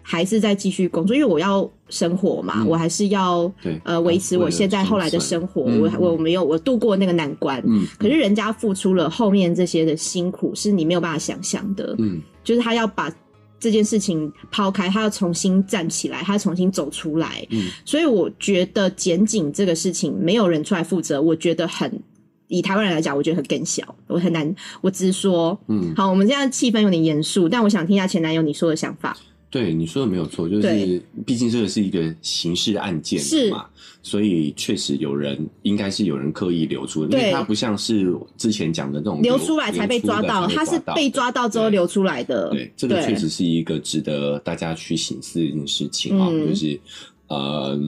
[SPEAKER 1] 还是在继续工作，因为我要生活嘛，
[SPEAKER 2] 嗯
[SPEAKER 1] 我还是要
[SPEAKER 2] 对哦
[SPEAKER 1] 呃维持我现在后来的生活，我
[SPEAKER 2] 嗯
[SPEAKER 1] 我没有我度过那个难关。
[SPEAKER 2] 嗯
[SPEAKER 1] 可是人家付出了后面这些的辛苦，是你没有办法想象的。
[SPEAKER 2] 嗯
[SPEAKER 1] 就是他要把这件事情抛开，他要重新站起来，他要重新走出来。
[SPEAKER 2] 嗯
[SPEAKER 1] 所以我觉得检警这个事情没有人出来负责，我觉得很以台湾人来讲，我觉得很更小，我很难，我只是说。
[SPEAKER 2] 嗯，
[SPEAKER 1] 好，我们现在气氛有点严肃，但我想听一下前男友你说的想法。
[SPEAKER 2] 对，你说的没有错，就
[SPEAKER 1] 对
[SPEAKER 2] 是毕竟这个是一个刑事案件
[SPEAKER 1] 是
[SPEAKER 2] 嘛，所以确实有人应该是有人刻意流出，因
[SPEAKER 1] 对
[SPEAKER 2] 为它不像是之前讲的那种
[SPEAKER 1] 流出来才被
[SPEAKER 2] 流出
[SPEAKER 1] 抓
[SPEAKER 2] 的
[SPEAKER 1] 到，
[SPEAKER 2] 才
[SPEAKER 1] 他是被
[SPEAKER 2] 的
[SPEAKER 1] 抓到之后
[SPEAKER 2] 对
[SPEAKER 1] 流出来的。
[SPEAKER 2] 对，这个确实是一个值得大家去醒思的一件事情啊、
[SPEAKER 1] 嗯
[SPEAKER 2] 就是呃。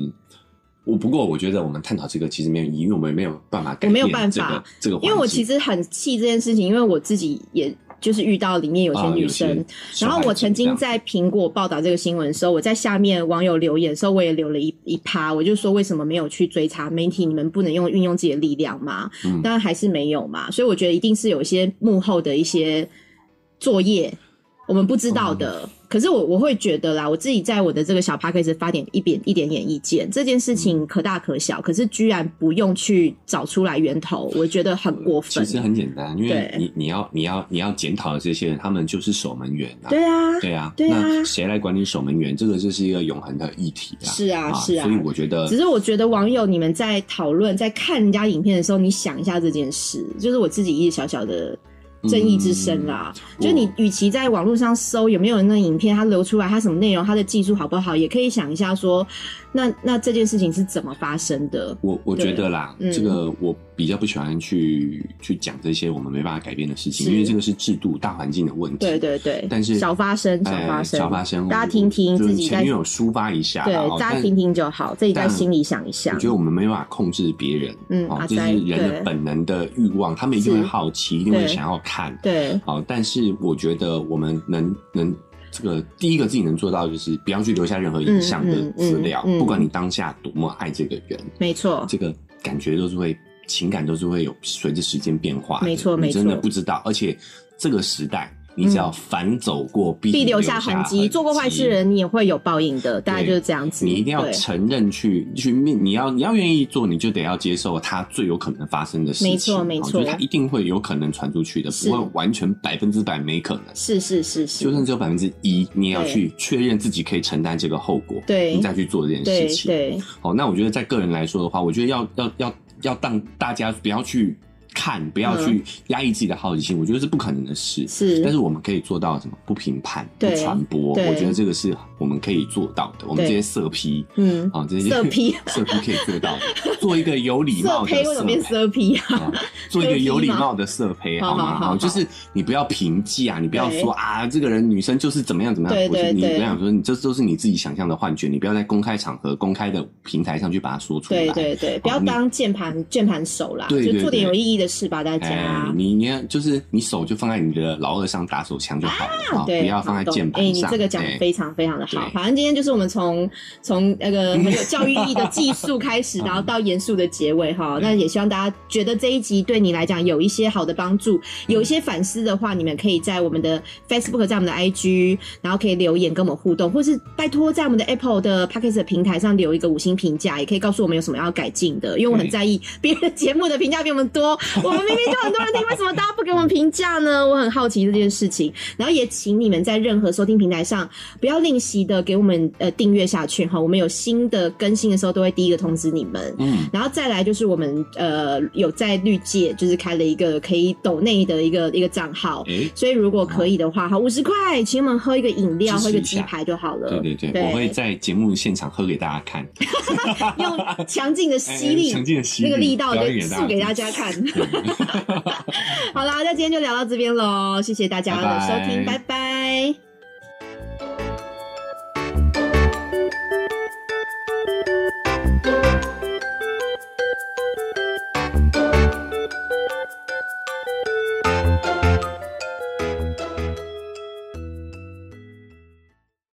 [SPEAKER 2] 我不过我觉得我们探讨这个其实没有意义，因为我们没有办法改
[SPEAKER 1] 我没有
[SPEAKER 2] 变
[SPEAKER 1] 办
[SPEAKER 2] 这
[SPEAKER 1] 法
[SPEAKER 2] 个这个环境，
[SPEAKER 1] 因为我其
[SPEAKER 2] 实
[SPEAKER 1] 实很气这件事情，因为我自己也就是遇到里
[SPEAKER 2] 啊
[SPEAKER 1] 面有些女生，然后我曾经在苹果报道这个新闻的时候，我在下面网友留言的时候，我也留了一一趴，我就说为什么没有去追查媒体？你们不能用运用自己的力量吗？
[SPEAKER 2] 嗯
[SPEAKER 1] 当然还是没有嘛，所以我觉得一定是有一些幕后的一些作业我们不知道的。
[SPEAKER 2] 嗯
[SPEAKER 1] 可是我我会觉得啦，我自己在我的这个小 p a c k a g e 发点一点一点点意见，这件
[SPEAKER 2] 嗯
[SPEAKER 1] 事情可大可小，可是居然不用去找出来源头，我觉得很过分
[SPEAKER 2] 呃其。实很简单，因为
[SPEAKER 1] 对
[SPEAKER 2] 你你要你要你要检讨的这些人，他们就是守门员啊。
[SPEAKER 1] 对啊，
[SPEAKER 2] 对啊，
[SPEAKER 1] 对啊
[SPEAKER 2] 那谁来管理守门员？这个就是一个永恒的议题啊。
[SPEAKER 1] 是啊是啊
[SPEAKER 2] 所以我觉得
[SPEAKER 1] 只是我觉得网友你们在讨论、在看人家影片的时候，你想一下这件事，就是我自己一小小的正义之声啦。
[SPEAKER 2] 嗯
[SPEAKER 1] 就你
[SPEAKER 2] 我
[SPEAKER 1] 与其在网络上搜有没有人的影片，它流出来，它什么内容，它的技术好不好，也可以想一下说，那那这件事情是怎么发生的？
[SPEAKER 2] 我我觉得啦，
[SPEAKER 1] 对嗯
[SPEAKER 2] 这个我比较不喜欢去去讲这些我们没办法改变的事情，
[SPEAKER 1] 是
[SPEAKER 2] 因为这个是制度大环境的问题。
[SPEAKER 1] 对对对，
[SPEAKER 2] 但是
[SPEAKER 1] 小发生，小
[SPEAKER 2] 哎
[SPEAKER 1] 发生，
[SPEAKER 2] 小发生，
[SPEAKER 1] 大家听听
[SPEAKER 2] 就是
[SPEAKER 1] 自己在
[SPEAKER 2] 前女友抒发一下啦，
[SPEAKER 1] 对
[SPEAKER 2] 哦，
[SPEAKER 1] 大家
[SPEAKER 2] 但
[SPEAKER 1] 听听就好，自己在
[SPEAKER 2] 但
[SPEAKER 1] 心里想一想
[SPEAKER 2] 我觉。得我们没办法控制别人，
[SPEAKER 1] 嗯
[SPEAKER 2] 哦
[SPEAKER 1] 阿，
[SPEAKER 2] 就是
[SPEAKER 1] 呆
[SPEAKER 2] 人
[SPEAKER 1] 对
[SPEAKER 2] 的本能的欲望，他们一定会
[SPEAKER 1] 是
[SPEAKER 2] 好奇，一定会
[SPEAKER 1] 对
[SPEAKER 2] 想要看，
[SPEAKER 1] 对，
[SPEAKER 2] 好，但是我觉得我们能能这个第一个自己能做到，就是不要去留下任何影像的资料，
[SPEAKER 1] 嗯嗯嗯嗯嗯
[SPEAKER 2] 不管你当下多么爱这个人，
[SPEAKER 1] 没错，
[SPEAKER 2] 这个感觉都是会情感都是会有随着时间变化的，
[SPEAKER 1] 没错
[SPEAKER 2] 你
[SPEAKER 1] 没错嗯
[SPEAKER 2] 真的不知道，而且这个时代，你只要反走过必
[SPEAKER 1] 必留
[SPEAKER 2] 下
[SPEAKER 1] 下痕迹。做过坏事的。人，你也会有报应的，大概
[SPEAKER 2] 对
[SPEAKER 1] 就是这样子。
[SPEAKER 2] 你一定要
[SPEAKER 1] 对
[SPEAKER 2] 承认去去面，你要你要愿意做，你就得要接受它最有可能发生的事情。
[SPEAKER 1] 没错没
[SPEAKER 2] 好
[SPEAKER 1] 错
[SPEAKER 2] 就是它一定会有可能传出去的，
[SPEAKER 1] 是
[SPEAKER 2] 不会完全百分之百没可能。
[SPEAKER 1] 是是是是，
[SPEAKER 2] 就算只有百分之一，你也要
[SPEAKER 1] 对
[SPEAKER 2] 去确认自己可以承担这个后果，
[SPEAKER 1] 对
[SPEAKER 2] 你再去做这件
[SPEAKER 1] 对
[SPEAKER 2] 事情。
[SPEAKER 1] 对，
[SPEAKER 2] 好，那我觉得在个人来说的话，我觉得要要要要当大家不要去看，不要去压抑自己的好奇心，我觉得是不可能的事。
[SPEAKER 1] 嗯是，
[SPEAKER 2] 但是我们可以做到什么？不评判，不
[SPEAKER 1] 对
[SPEAKER 2] 传播，
[SPEAKER 1] 对
[SPEAKER 2] 我觉得这个是我们可以做到的。我们
[SPEAKER 1] 对
[SPEAKER 2] 这些色批
[SPEAKER 1] 嗯，
[SPEAKER 2] 啊，这些
[SPEAKER 1] 色批
[SPEAKER 2] 色批可以做到的，做一个有礼
[SPEAKER 1] 色
[SPEAKER 2] 貌的
[SPEAKER 1] 胚为什么变
[SPEAKER 2] 胚
[SPEAKER 1] 色胚啊？
[SPEAKER 2] 啊做一个有礼貌的色胚，
[SPEAKER 1] 好
[SPEAKER 2] 好
[SPEAKER 1] 好
[SPEAKER 2] 吗？
[SPEAKER 1] 好好
[SPEAKER 2] 就是你不要评价，你不要
[SPEAKER 1] 对
[SPEAKER 2] 说啊，这个人女生就是怎么样怎么
[SPEAKER 1] 对
[SPEAKER 2] 样。我觉
[SPEAKER 1] 对
[SPEAKER 2] 得你
[SPEAKER 1] 对
[SPEAKER 2] 不想说，你这都是你自己想象的幻觉，你不要在公开场合、公开的平台上去把它说出来。
[SPEAKER 1] 对对对，不要
[SPEAKER 2] 你
[SPEAKER 1] 当键盘键盘手啦，
[SPEAKER 2] 对
[SPEAKER 1] 就
[SPEAKER 2] 对
[SPEAKER 1] 做点
[SPEAKER 2] 对
[SPEAKER 1] 有意义的事吧，大
[SPEAKER 2] 哎
[SPEAKER 1] 家，。
[SPEAKER 2] 你你要就是你手就放在你的老二上打手枪就好了，啊
[SPEAKER 1] 对，
[SPEAKER 2] 不要放在
[SPEAKER 1] 好懂
[SPEAKER 2] 键
[SPEAKER 1] 哎，
[SPEAKER 2] 盘
[SPEAKER 1] 你
[SPEAKER 2] 上。
[SPEAKER 1] 这个讲的
[SPEAKER 2] 哎
[SPEAKER 1] 非常非常的好。
[SPEAKER 2] 对
[SPEAKER 1] 反正今天就是我们从从那个很有教育意义的技术开始，然后
[SPEAKER 2] 嗯
[SPEAKER 1] 到严肃的结尾 哈。那也希望大家觉得这一集对你来讲有一些好的帮助，有一些反思的话，你们可以在我们的 Facebook，在我们的 IG，然后可以留言跟我们互动，或是拜托在我们的 Apple 的 p a c k a g e 平台上留一个五星评价，也可以告诉我们有什么要改进的，因为我很
[SPEAKER 2] 对
[SPEAKER 1] 在意别人的节目的评价比我们多，我们明明就很多人听，为什么大家不给我们评价呢？我很好奇这件事情。然后也请你们在任何收听平台上不要吝惜的给我们呃订阅下去哈，我们有新的更新的时候都会第一个通知你们。
[SPEAKER 2] 嗯，
[SPEAKER 1] 然后再来就是我们呃有在绿界就是开了一个可以抖内的一个一个账号，
[SPEAKER 2] 哎，
[SPEAKER 1] 所以如果可以的话，哈五十块，请我们喝一个饮料，
[SPEAKER 2] 支持
[SPEAKER 1] 喝一个
[SPEAKER 2] 一
[SPEAKER 1] 鸡
[SPEAKER 2] 下
[SPEAKER 1] 排就好了。
[SPEAKER 2] 对对对，我会在节目现场喝给大家看，
[SPEAKER 1] 用强劲的 吸力，
[SPEAKER 2] 哎强劲的吸
[SPEAKER 1] 那个力
[SPEAKER 2] 力
[SPEAKER 1] 道
[SPEAKER 2] 表
[SPEAKER 1] 就
[SPEAKER 2] 演给大家
[SPEAKER 1] 吐给大
[SPEAKER 2] 看
[SPEAKER 1] 家看。
[SPEAKER 2] 对
[SPEAKER 1] 好啦，那今天就聊到这边喽，谢谢大家的收听，
[SPEAKER 2] 拜拜
[SPEAKER 1] 拜拜